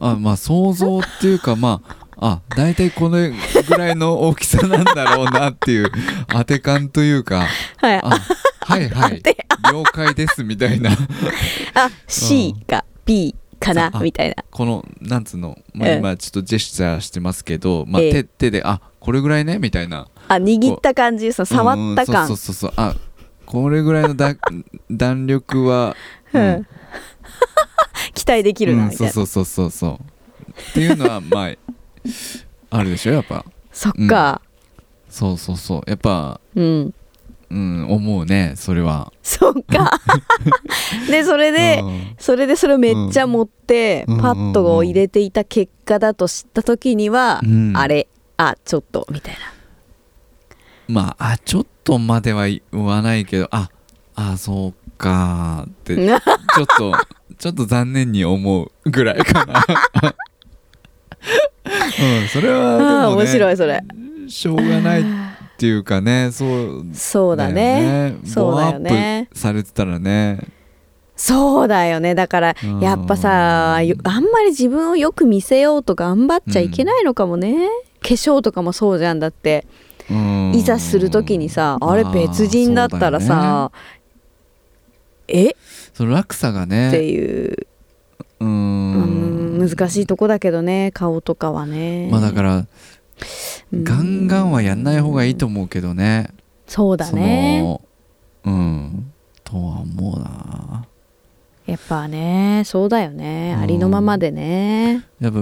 あまあ想像っていうかまああ大体これぐらいの大きさなんだろうなっていう当て感というか
はいあ
あはいはい
当て
了解ですみたいな
C か B かな
あ
みたいな
このなんつうの、まあ、
ええ
今ちょっとジェスチャーしてますけど、まあ、
ええ
手手であこれぐらいねみたいな
あ握った感じその触った
うんうんそ
感
うそうそうそうあこれぐらいのだ弾力は、
う
うん
ん期待できる
う
なんみた
そ
いうな
そうそうそうそうっていうのはまああるでしょやっぱ
そっか
そうそうそうやっぱ
うん
うん思うねそれは
そっ かでそれで
うん
それでそれをめっちゃ持って
うん
パッと入れていた結果だと知った時には
うん
あれあちょっとみたい
まああちょっとまでは言わないけどああそうかーって
な
ちょっとちょっと残念に思うぐらいか なうんそれはでも、ね、
あー面白いそれ
しょうがないっていうかねそう
そうだねそうだよ
もうア
ね
ップされてたらね
そうだよねだから
うん
やっぱさよあんまり自分をよく見せようと頑張っちゃいけないのかもね、化粧とかもそうじゃんだって
うん
いざする時にさあれ
ー
別人だったらさ、えっ
そうだよねその落差がね
ていう
う
うん
ん
難しいとこだけどね顔とかはね
まあだから
うん
ガンガンはやんない方がいいと思うけどね
そうだね
そのうんとは思うな
やっぱねそうだよね
うん
ありのままでね
やっぱ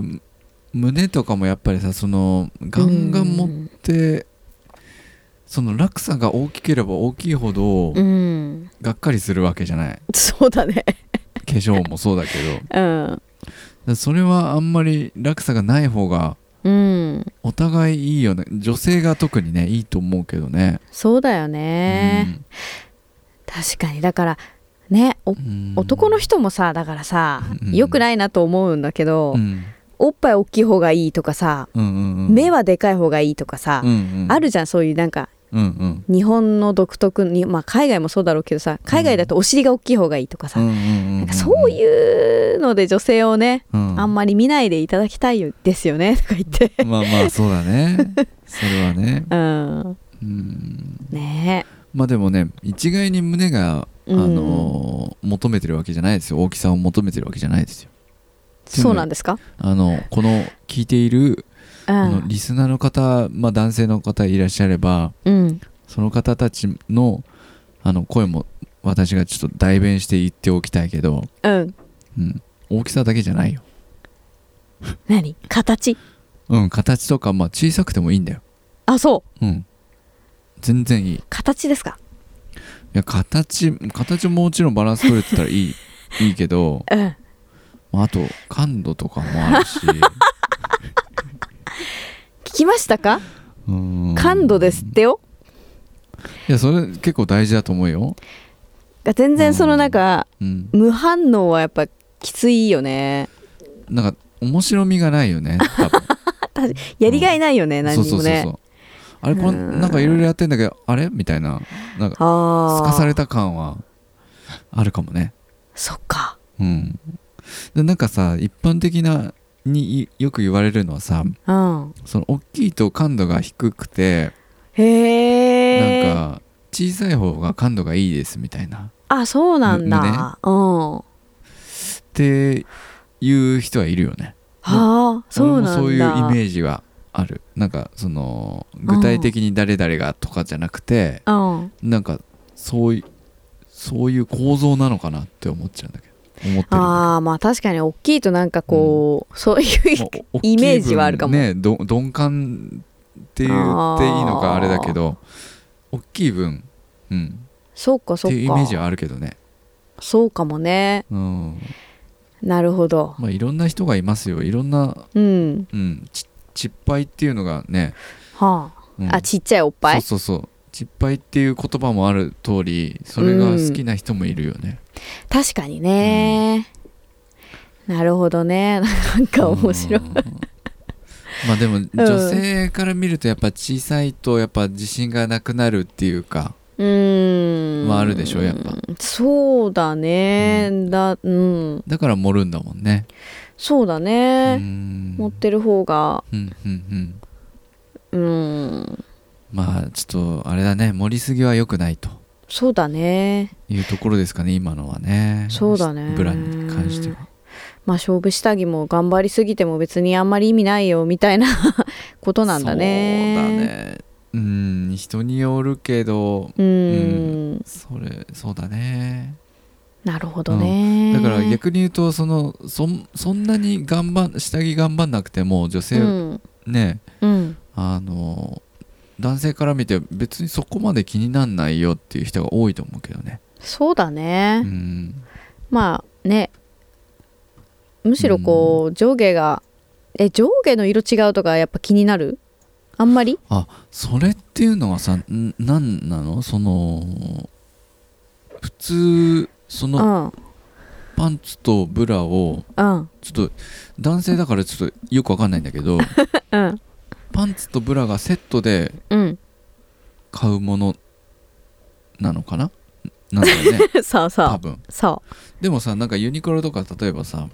胸とかもやっぱりさそのガンガン持ってその落差が大きければ大きいほど
うん、うん
がっかりするわけじゃない
そうだ ね
化粧もそうだけどだか
うん
らそれはあんまり落差がない方が
うん
お互いいいよね女性が特にねいいと思うけどね、
そうだよね、確かにだからねお
うん
男の人もさだからさ
うん
良くないなと思うんだけど、
うん
おっぱい大きい方がいいとかさ、
うんうんうん
目はでかい方がいいとかさ、
うんうん
あるじゃんそういうなんか
うんうん
日本の独特に、まあ、海外もそうだろうけどさ海外だとお尻が大きい方がいいとかさ、
うんうんうん
なんかそういうので女性をね、
うん
あんまり見ないでいただきたいですよねとか言って。
まあまあそうだ ねそれはね
うん、
うん
ね
まあでもね一概に胸が、あ
うん
のー求めてるわけじゃないですよ大きさを求めてるわけじゃないですよ
えそうなんですか、
あのこの聞いている、
う
あの
ん
リスナーの方、まあ、男性の方いらっしゃれば
うん、
その方たちのあの声も私がちょっと代弁して言っておきたいけど、
うん、
うん、大きさだけじゃないよ
何形
うん形とか、まあ、小さくてもいいんだよ
あそう
うん全然いい
形ですか
いや形形ももちろんバランス取れてたらい いいいけど
うん
まああと感度とかもあるし
聞きましたか
うーん
感度ですってよ
いやそれ結構大事だと思うよ、
全然そのなんか
うん、
無反応はやっぱきついよね
なんか面白みがないよ ね多分
やりがいないよね、何にもね
うあれこれ
うん
なんかいろいろやってんだけどあれみたいななんか
あ
す
あ
かされた感はあるかもね
そっか
うんでなんかさ一般的なにいよく言われるのはさ
うん
その大きいと感度が低くて
へえ
なんか小さい方が感度がいいですみたいな
あそうなんだうん
っていう人はいるよね
はあそうなんだ
俺もそういうイメージはあるなんかその具体的に誰々がとかじゃなくて
うん
なんかそういうそういう構造なのかなって思っちゃうんだけど思ってるまあ
あーまあ確かに大きいとなんかこう、そういう
お
イメージはあるかも
大きい分ねど鈍感って言っていいのか
あー
あれだけど大きい分、うん、
そうか
って
そう
い
か
うイメージはあるけどね、
そうかもね
うん
なるほど
まあ、いろんな人がいますよいろんな
うん
うん、ちちっぱいっていうのがね、
はあ、
うん
あちっちゃいおっぱい
そうそうそうちっぱいっていう言葉もある通りそれが好きな人もいるよね、
確かにね、なるほどね なんか面白い
うんまあでも女性から見るとやっぱ小さいとやっぱ自信がなくなるっていうか
うーん
まああるでしょやっぱ
そうだね、だうん
だから盛るんだもんね、
そうだ
う
ね、
ん
持ってる方が
うんうんうん
うん
まあちょっとあれだね盛りすぎは良くないと
そうだね
いうところですかね今のはね
そうだね
ブラに関しては
まあ勝負下着も頑張りすぎても別にあんまり意味ないよみたいな ことなんだね。
そうだ。ねうん人によるけど
う
うん
ん、
それそうだね
なるほどね。
だから逆に言うとそのそんそんなに頑張ん下着頑張んなくても女性、
うん、
ね
うん、
あの男性から見て別にそこまで気になんないよっていう人が多いと思うけどね
そうだね
う。ん
まあね、むしろこう、上下がえ上下の色違うとかやっぱ気になる？あんまり？
それっていうのはさん何なのその普通その
う
パンツとブラを
うん
ちょっと男性だからちょっとよくわかんないんだけど
うん
パンツとブラがセットで
うん
買うものなのかななんだよ ね
そうそ
多
う
分
そ
でもさなんかユニクロとか例えばさ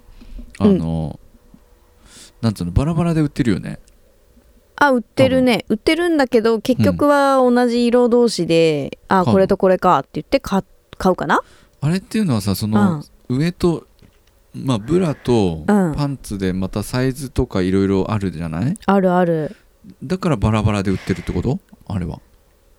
あの、なんつうのバラバラで売ってるよね
うあ売ってるね売ってるんだけど結局は同じ色同士で、あ
かも
これとこれかって言って買買うかな
あれっていうのはさその上と、まあブラとパンツでまたサイズとかいろいろあるじゃない
あるある
だからバラバラで売ってるってことあれは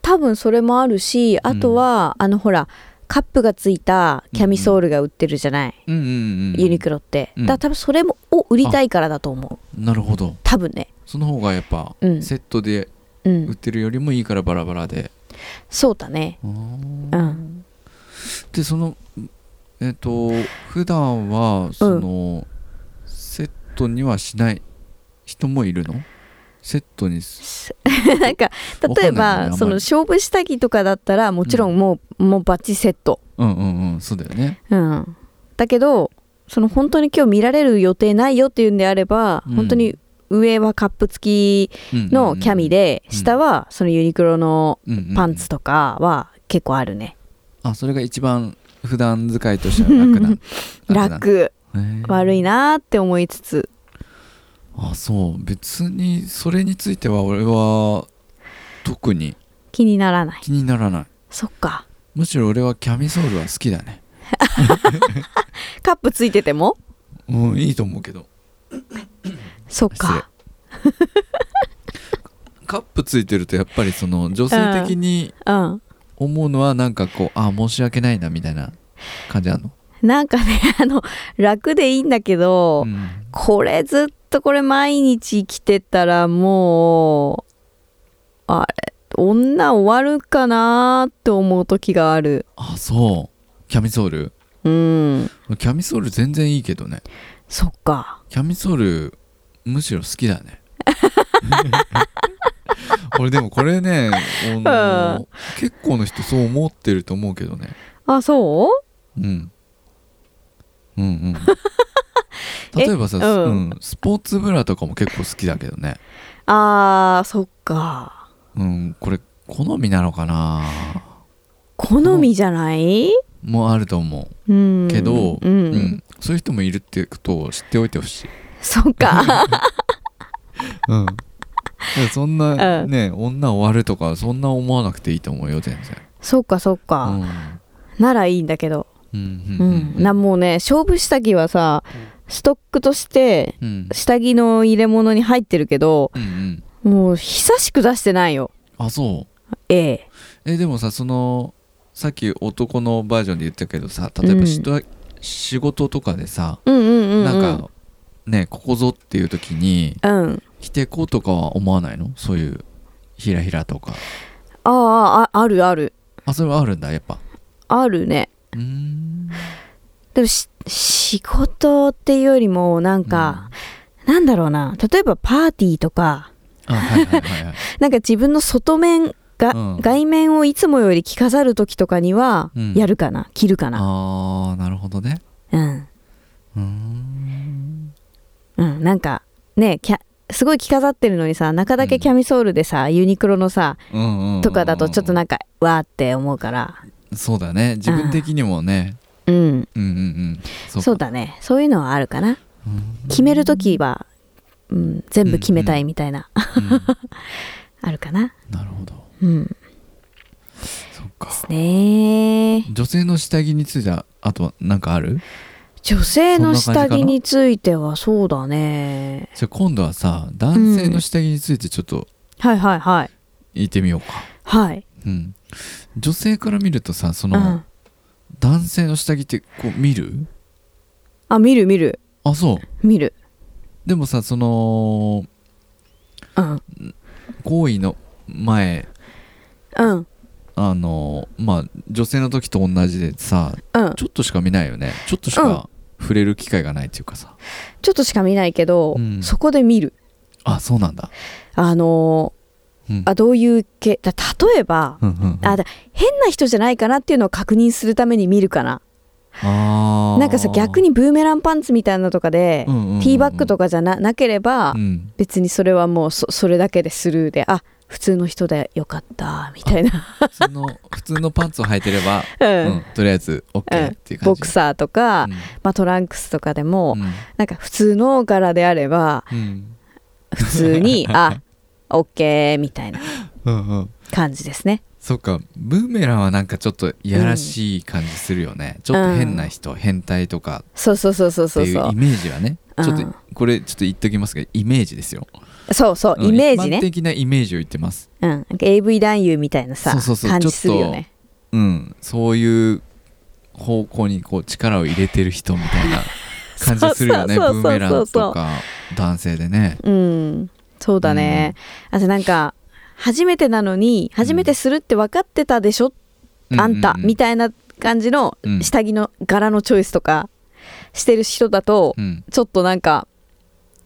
多分それもあるしあとは、あのほらカップがついたキャミソールが売ってるじゃない、
うんうんうん
ユニクロって、
うん
だから多分それもを売りたいからだと思う
なるほど
多分ね
その方がやっぱ
うん
セットで
う
売っ
ん
てるよりもいいからバラバラで、
そうだね
あ
う
ー
ん
でそのえっ、と普段はその、セットにはしない人もいるのセットにす
なんか例え
わかん
ば、
ないんだよねあんまり
その勝負下着とかだったらもちろんもう、もうバッチセット
うんうんうんそうだよね
うんだけどその本当に今日見られる予定ないよっていうんであれば、
うん
本当に上はカップ付きのキャミ
で
で、
うん
下はそのユニクロのパンツ
と
とかは結構あるね、
あそれが一番普段使いとしては 楽な
楽悪
い
いなーって思いつつ
あそう別にそれについては俺は特に
気にならない
気にならない
そっか
むしろ俺はキャミソールは好きだね
カップついてても
うんいいと思うけど
そっか
カップついてるとやっぱりその女性的に
うん
思うのはなんかこうあ申し訳ないなみたいな感じあるの、
なんかねあの楽でいいんだけど、
うん
これずっとこれ毎日着てたらもうあれ女終わるかなーって思う時がある
あそうキャミソール
うん
キャミソール全然いいけどね
そっか
キャミソールむしろ好きだ ね俺でもこれ ね、あの
うん
結構の人そう思ってると思うけどね、
あそう
うん、うんうん例えばさ
えうん
うんスポーツブラとかも結構好きだけどね、
あーそっか
うん、これ好みなのかな
好みじゃない
もあると思
うん
うけど、
う
うん
ん
そういう人もいるってことを知っておいてほしい、
そっか
うん、だからそんな
うん
ね、女終わるとかそんな思わなくていいと思うよ全然。
そっかそっか、ならいいんだけど、
うん
う
うんん
なもうね勝負下着はさストックとして
うん
下着の入れ物に入ってるけど
うんうん
もう久しく出してないよ
あそう
ええ
えでもさそのさっき男のバージョンで言ったけどさ例え
うん
ばしと、仕事とかでさ
うんうんうん、うん、
なんか、ねここぞっていう時に
うん
着てこうとかは思わないのそういうひらひらとか
ああああるある
あそれはあるんだやっぱ
あるね
うーん
でもし仕事っていうよりもなんか、なんだろうな例えばパーティーとか
あはいはいはいはい、
なんか自分の外面が、
うん
外面をいつもより着飾る時とかには
うん
やるかな、着るかな
あーなるほどね
うん
うーん
うん、なんかねキャすごい着飾ってるのにさ中だけ
うん
キャミソールでさ、ユニクロのさ
うんうんうんうん
とかだとちょっとなんかわーって思うから
そうだね自分的にもね
うん
うんうんうん
そう
そうか
だねそういうのはあるかな
うん
決める時は、うん、全部決めたいみたいな、
うん
あるかな
なるほど
うんで
そっか
すね
女性の下着についてはあとは何かある
女性の下
そんな感じか
着
な
についてはそうだね
じゃあ今度はさ男性の下着についてちょっと
はいはいはい
言ってみようか、
はい
うん女性から見るとさそ
うん
の、男性の下着ってこう見る
あ見る見る
あそう
見る
でもさその
うん
行為の前
うん
あのまあ女性の時と同じでさ
うん
ちょっとしか見ないよねちょっとしか触れる機会がないっていうかさ、
ちょっとしか見ないけど、
うん
そこで見る
あそうなんだ
あのー
うん
あどういう系だ例えば
うんうんうん
あだ変な人じゃないかなっていうのを確認するために見るかな
あー
なんかさ逆にブーメランパンツみたいなのとかで、
うんうんうんうん
ティーバッグとかじゃななければ、
うん
別にそれはもうそそれだけでスルーであ普通の人でよかったみたいな、
普通の普通のパンツを履いてれば、
う
うんん、とりあえず
うん
OK っていう感
ボ
じ
クサーとか、まあ、トランクスとかでも、
うん
なんか普通の柄であれば
うん
普通 にあオッケーみたいな
うんうん
感じですね
そっかブーメランはなんかちょっといやらしい感じするよね、ちょっと変な人、変態とか
そうそうそうそう
って
そう
い
そう
イ
う
メージはね
うん
ちょっとこれちょっと言っときますがイメージですよ
そうそう
うん
イメージ
一般
ね、
的なイメージを言ってます
うん、なんか AV 男優みたいなさ
そうそうそう
感じするよね
うんそういう方向にこう力を入れてる人みたい な感じするよねブ
そうそうそうそうそう
ーメランとか男性でね
うんそうだね、あとなんか初めてなのに初めてするって分かってたでしょ、あんたみ
た
たいな感じの
うん
下着の柄のチョイスとかしてる人だと
うん
ちょっとなんか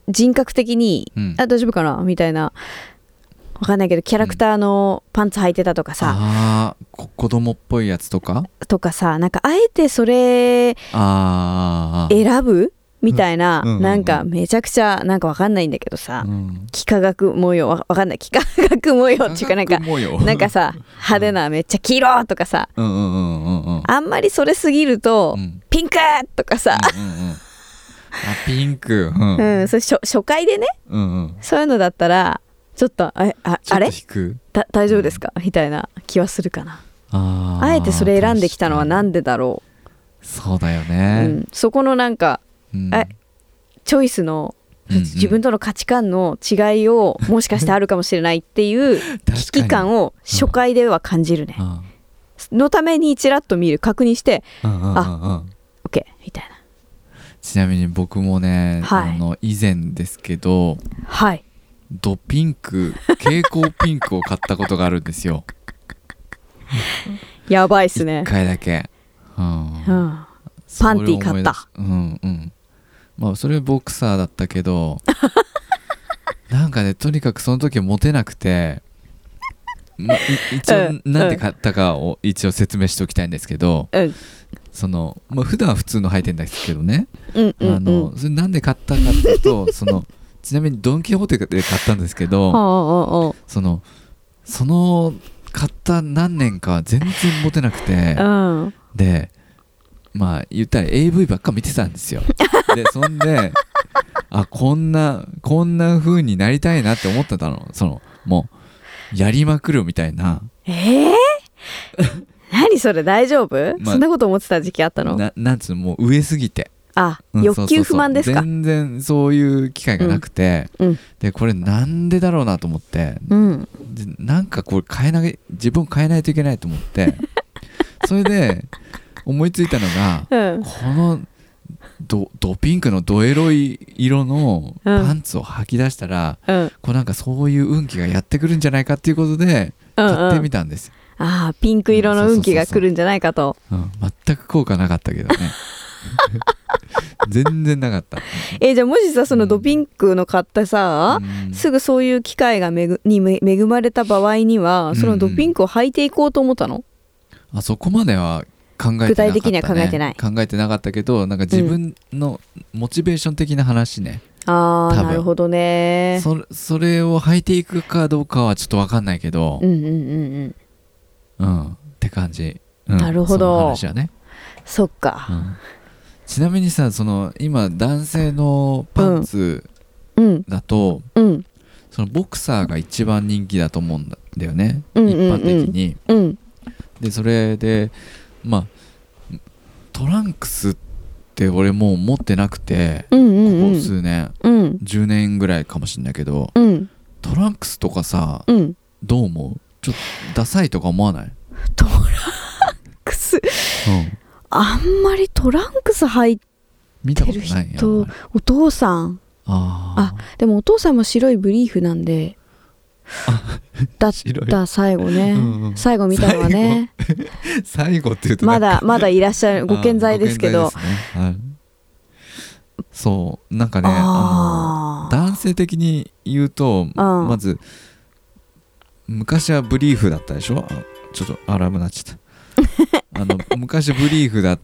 人格的に
うん
あ大丈夫かなみたいなわかんないけどキャラクターのパンツ履いてたとかさ、
あーこ子供っぽいやつとか
とかさなんかあえてそれ
あーあー
選ぶみたいな、
うんうんうん
なんかめちゃくちゃなんかわかんないんだけどさ、
うん
幾何学模様わわかんない幾何学模様っていうかなんか
化学模様
なんかさ派手なめっちゃ黄色とかさ
うんうんうんうんうん
あんまりそれすぎると、
うん
ピンクとかさ、
うんうんうんあピンクうん
う
うんん
それ初初回でね
うん
そういうのだったらちょっとああ
ちょ
あ
っと
れ
引く
だ大丈夫ですかみたいな気はするかな
あー
あえてそれ選んできたのはな
確
んでだろ
かにそうだよ
う、う
ね、
ん、そこのなんか
うん
えチョイスの
うんうん
自分との価値観の違い をもしかしてあるかもしれないっていう危機感
を、
を初回では感じるね
う。ん
のためにちらっと見る確認して
うんうんうんうん
OK みたい
ちなみに僕もね、
はい
あの以前ですけど
な。はい。
ドピンク蛍光ピンクを買ったことがあるんで すよ
やばいっす
一
ね。
回だけ、うん
うん。
それを
パンティ買った
思い出しうんうんまあそれボクサーだった けどなんかねとにかくその時はモテなくて、まい一
う
応
ん
なんで買ったかを一応説明しておきたいんですけど、
うん
その、まあ、普段は普通の履いてんですけどね、
うんうんうん。
あのそれなんで買ったかってい うとそのちなみにドン・キホーテで買ったんですけ
ああ
ど
あ
そのその買った何年かは全然モテなくて
あああうん。
でまあ言ったら AV ばっか見てた んですよでそんであこんなこんな風になりたいなって思ってたのそのもうやりまくるみたいな
ええ 何それ大丈夫
まあ
そんなこと思ってた時期あったの
ななんつうのもう上すぎて、
あ
うん
欲
そうそうそ
求
う
不満ですか
全然そういう機会がなくて、
うんうん
でこれなんでだろうなと思って
うん。
でなんかこれ変えなげ自分変えないといけないと思って それで思いついたのが
うん。
このドドピンクのドエロい色の
うん
パンツを履き出したら、
うん。
こうなんかそういう運気がやってくるんじゃないかっていうことで
うんうん
買ってみたんです、
ああ、ピンク色の運気が来るんじゃないかと。
うん全く効果なかった けどね全然なかった、
えーじゃあもしさ、そのドピンクの買ったさ、
うん
すぐそういう機会がめぐにめ恵まれた場合にはそのドピンクを履いていこうと思ったの、
あそこまでは考えてなかった、ね、
具体的には考えてない
考えてなかったけどなんか自分のモチベーション的な話ね、
ああ
多分
なるほどね
それそれを履いていくかどうかはちょっと分かんないけど
う、んうんうんうん
うんって感じ、うん
なるほど
その話はね、
そっ
う
か
んちなみにさその今男性のパンツ
うん
だと、
うん
そのボクサーが一番人気だと思うんだよね、
うんうん
一
うん
般的に
うん
でそれでまあトランクスって俺もう持ってなくて、
うんう
こ
んう
こ
ん
数年
うん
10年ぐらいかもしんないけど
うん
トランクスとかさ
うん
どう思うちょっとダサいとか思わない
くす
うん
あんまりトランクス履い
見た
て
こと
る
ないや
人お父さん
あ
でもお父さんも白いブリーフなんでだっ
白い
た最後ね、
うんうん
最後見たのはね
ー最後っていうと
ま
なん
だ
か
まだいらっしゃるご健在ですけ
あ
ど
ーご健在ですねはいそうなんかねあの
あ
男性的に言うとまず昔はブリーフだっ たでしょあちょっとアラームなっちゃったあの昔ブリーフだ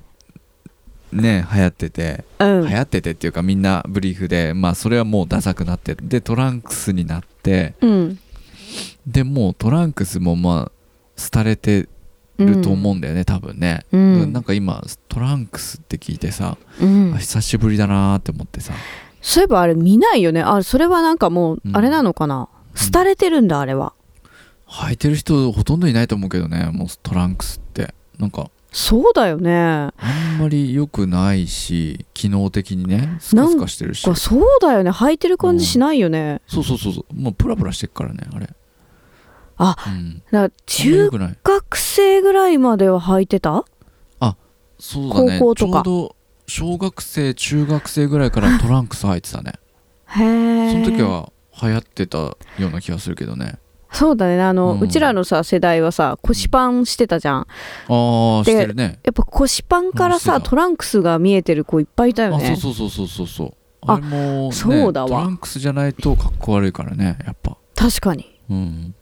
ね流行ってて、
うん
流行っててっていうかみんなブリーフでまあそれはもうダサくなってでトランクスになって
うん
でもうトランクスもまあ廃れてると思うんだよね、多分ね、
うん
だからなんか今トランクスって聞いてさ、
うん、
あ久しぶりだなーって思ってさ
そういえばあれ見ないよねあそれはなんかもう
うん
あれなのかな、
うん
廃れてるんだあれは
履いてる人ほとんどいないと思うけどねもうトランクスってなんか
そうだよね
あんまり良くないし機能的にねスカスカしてるし
これそうだよね履いてる感じしないよね、
そうそうそうそうもうプラプラしてっからねあれ
あ
うん
だから
あんまり
中
良くない
学生ぐらいまでは履いてた
そうだね
高校とか
ちょうど小学生中学生ぐらいからトランクス履いてたね
へえ
その時は流行ってたような気がするけどね
そうだねあの、
う
うんちらのさ世代はさ腰パンしてたじゃん
ああし
で
てるね
やっぱ腰パンから
う
さ
んしてた
トランクスが見えてる子いっぱいいたよ
あ
ね
そうそうそうそうそうそう
あ
あれも、ね、
そうだわ
トランクスじゃないとかっこ悪いからねやっぱ
確かに
うん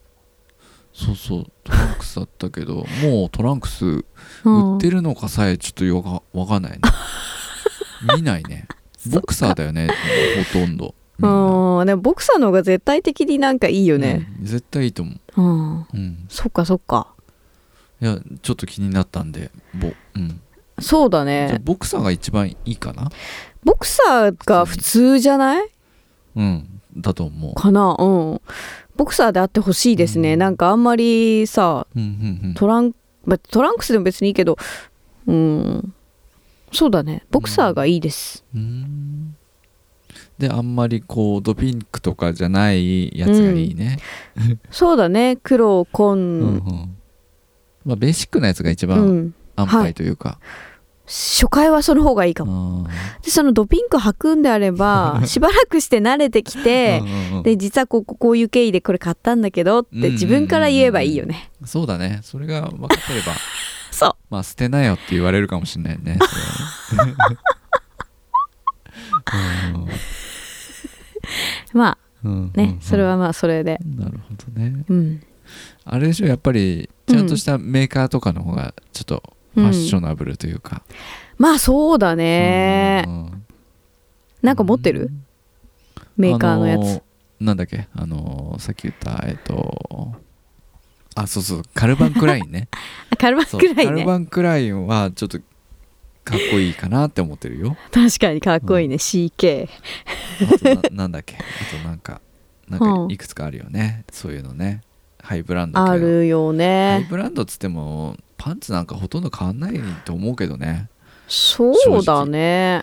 そうそうトランクスだったけど もうトランクス売
うん
ってるのかさえちょっとよかわか んないね見ないねボクサーだよねほとんどみんな
うんでもボクサーの方が絶対的になんかいいよね
うん絶対いいと思
うん、
う、うん、
そっかそっか
いやちょっと気になったんでボ,、うん
そうだ
じゃあ
ね
ボクサーが一番いいかな
ボクサーが普通じゃない
うんだと思
かなうんボクサーであってほしいですね、
うん
なんかあんまりさ
う、うんうんうん、
トラン,、まあ、トランクスでも別にいいけどうんそうだねボクサーがいいです、
うーんであんまりこうドピンクとかじゃないやつがいいね、
そうだね黒
うん
紺
うんまあ、ベーシックなやつが一
う
番
ん
安牌というか、
初回はその方がいいかも
あ
でそのドピンク履くんであれ ばしばらくして慣れてき
ー
て
うんうんうん
で実はこうこういう経緯でこれ買ったんだけどっ
うんうんうんう
て
ん
自分から言えばいいよね、
そうだねそれが分かって れば
そう
まあ捨てなよって言われるかもしれない ねそれはね
ま
うんうんうんうん
あね、それはまあそれで
なるほどね
うん
あれでしょやっぱりちゃんとしたメーカーとかの方がちょっとファッショナブルというか、
まあそうだ
え
ねなんか持ってるメーカーのや
あ
つ
ーなんだっけあのーさっき言ったえっとあそうそうカルバンクライン ね
あカルバン
そう
くらい
カル
ね
バンクラインはちょっとかっこいいかなって思ってるよ
確かにかっこいいね CK
あ とななんだっけあとなんかなん
う
か
ん
いくつかあるよねそういうのねハイブランド
あ
系の
るよ
ハイ
ね
ブランドっつってもパンツなんかほとんど変わんないと思うけどね
そうだね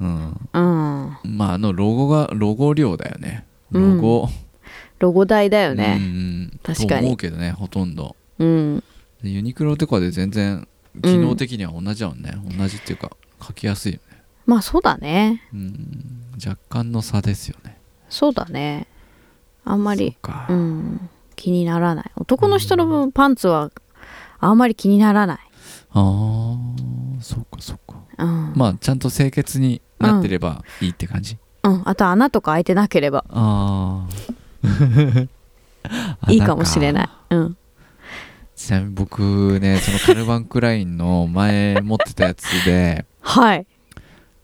うん
うん
まああのロゴがロゴ量だよねロゴ、
ロゴ代だよ
う
ね
ん
確かに
と思うけどねほとんど
うん
でユニクロとかで全然機能的には同じだもんね、同じっていうか書きやすいよね
まあそうだね
うん若干の差ですよね
そうだねあんまり
そっか、
うん気にならない男の人のパンツはあんまり気にならない
ああそっかそっか
うん
まあちゃんと清潔になってればいいって感じ、
うんあと穴とか開いてなければ
あ あ
いいかもしれないいうん
ちなみに僕ねそのカルバンクラインの前持ってたやつで
はい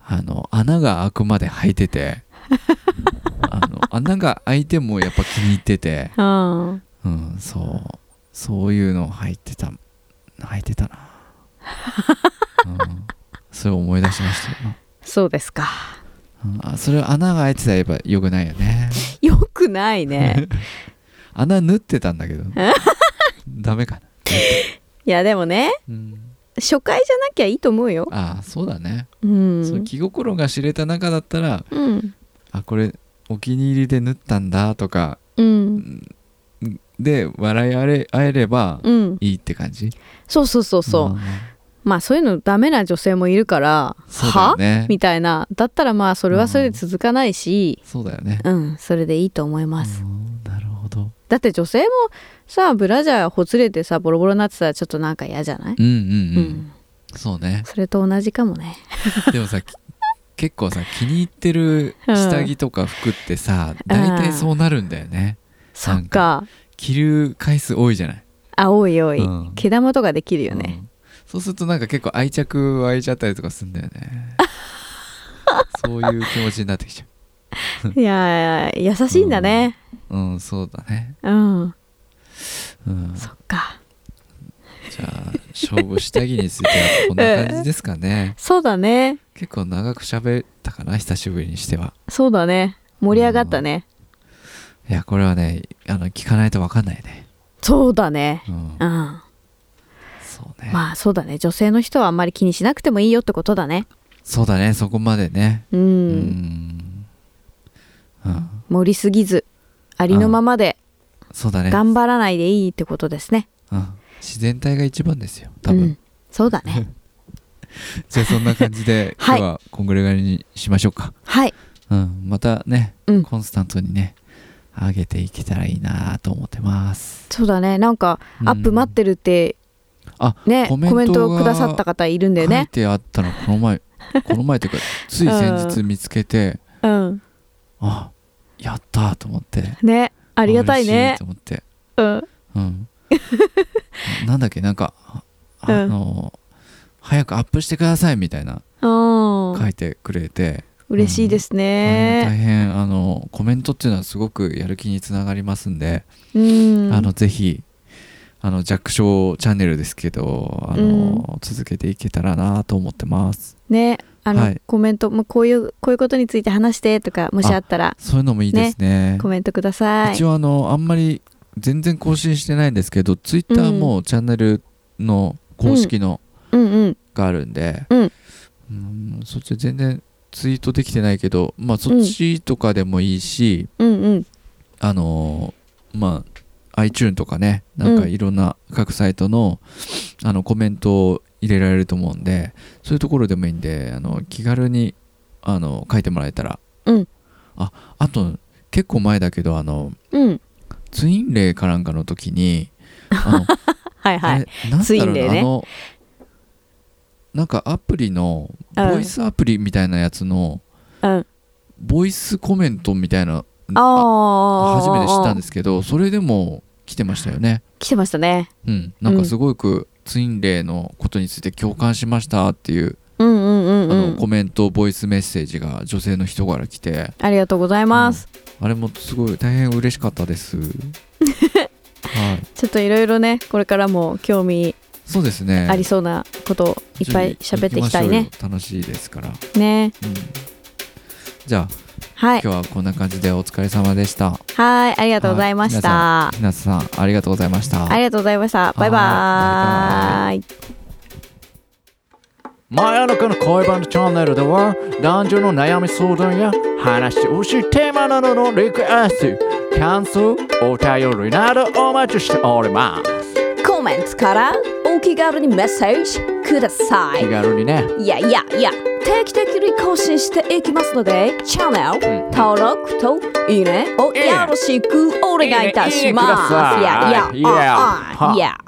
あの穴が開くまで履いてて あの穴が開いてもやっぱ気に入ってて
うん
うん、そう。そういうの入ってた、入ってた な。うん、それを思い出しましたよ。
そうですか
うんあそれは穴が開いてたらやっぱ良くないよね。
よくないね
穴縫ってたんだ けど。ダメかな。
いやでもね
うん、
初回じゃなきゃいいと思うよ
ああ、そうだね、
う
そうん気心が知れた中だったら、
うん
あ、これお気に入りで縫ったんだとか、
うん
で、笑い合え合えれば
うん
いいって感じ。
そうそうそうそう、
ん
まあそういうのダメな女性もいるから
そうだよね
は。みたいなだったらまあそれはそれで続かないし
そうだよね。
うんそれでいいと思います、
うんなるほど。
だって女性もさブラジャーほつれてさボロボロになってたらちょっとなんか嫌じゃない
うんう
う
んうん
ん、
そうね
それと同じかもね
でもさき 結構さ気に入ってる下着とか服って
う
さ、
ん
大体そうなるんだよね
そっか
着る回数多いじゃない
あおいおい、
うん
毛玉とかできるよね、
うんそうするとなんか結構愛着湧いちゃったりとかするんだよ ねそういう気持ちになってきちゃ
いやー優しいんだね
ううんそうだね
うん、
うん
そっか
じゃあ勝負下着についてはこんな感じですかね
そうだね
結構長く喋ったかな久しぶりにしては
そうだね盛り上がったね、
いやこれはねあの聞かないと分かんないね
そうだね
うん
うん
そうね
まあそうだね女性の人はあんまり気にしなくてもいいよってことだね
そうだねそこまでね
う、
うんんうん
盛りすぎずありのままで
そうだね
頑張らないでいいってことですね
うん自然体が一番ですよ多分、
うん、そうだね
じゃあそんな感じで
は
今
い
日はこんぐらいにしましょうか、
はい
うん、またね、
うん
コンスタントにね上げていけたらいいなと思ってます
そうだねなんかアップ待ってるって
あ
ね、
コ
コ
メ
メ
ントが
ントをくださった方いるんだ
書
よ
い
ね
てあったのこ の前この前というかつい先日見つけて
うん
あやったーと思って
ねありがたい
嬉し
ね
と思って
うん
うん なんだっけなんかああの早くアップしてくださいみたいな
うん
書いてくれて、
嬉しいです
あれ大
ね
変あのコメントっていうのはすごくやる気につながりますんで、
うん
あのぜひあの弱小チャンネルですけどあの、続けていけたらなと思ってます
ねあの、
はい
コメントもうこういうこういうことについて話してとかもしあったら
そういうのもいいですね
コメントください
一応あのあんまり全然更新してないんですけどツイッターもチャンネルの公式の
うんうん
があるんで、
うん
うんそっち全然ツイートできてないけどまあそっちとかでもいいし、
うんうん
あのーまあ iTune とかねなんかいろんな各サイトの,、あのコメントを入れられると思うんでそういうところでもいいんであの気軽にあの書いてもらえたら、
うん
ああと結構前だけどあの
うん
ツインレイかなんかの時にあの
はいは
あ
い
れなんだろうな
ツインレイね
あのなんかアプリの
うん
ボイスアプリみたいなやつの、
うん
ボイスコメントみたいな
ああ
初めて知ったんですすけどそれでも来てましたよね
来てましたね
うんなんかすごくツインレイのことについて共感しましたっていう、
うんうんうん
あの
う
コ
ん
メントボイスメッセージが女性の人から来て
ありがとうございます、
あれもすごい大変嬉しかったです はい
ちょっといろいろねこれからも興味
そうですね
ありそうなことをいっぱい喋っていきたいね
行きましょうよ楽しいですから、うん、
ね
じゃあ
はい
今日はこんな感じでお疲れ様でした
はいありがとうございました
はひなさんありがとうございました
ありがとうございましたバイバ
は
ーイ
真夜中の恋バナチャンネルでは男女の悩み相談や話してほしいテーマなどのリクエスト感想お便りなどお待ちしております
コメントからお気軽にメッセージくださ
気
い。
軽にね
いやいやいや、定期的に更新していきますので、チャンネル登録といいねをよろしくお願いいたします。
いいねいいねください
やいや、
いや
ああいや。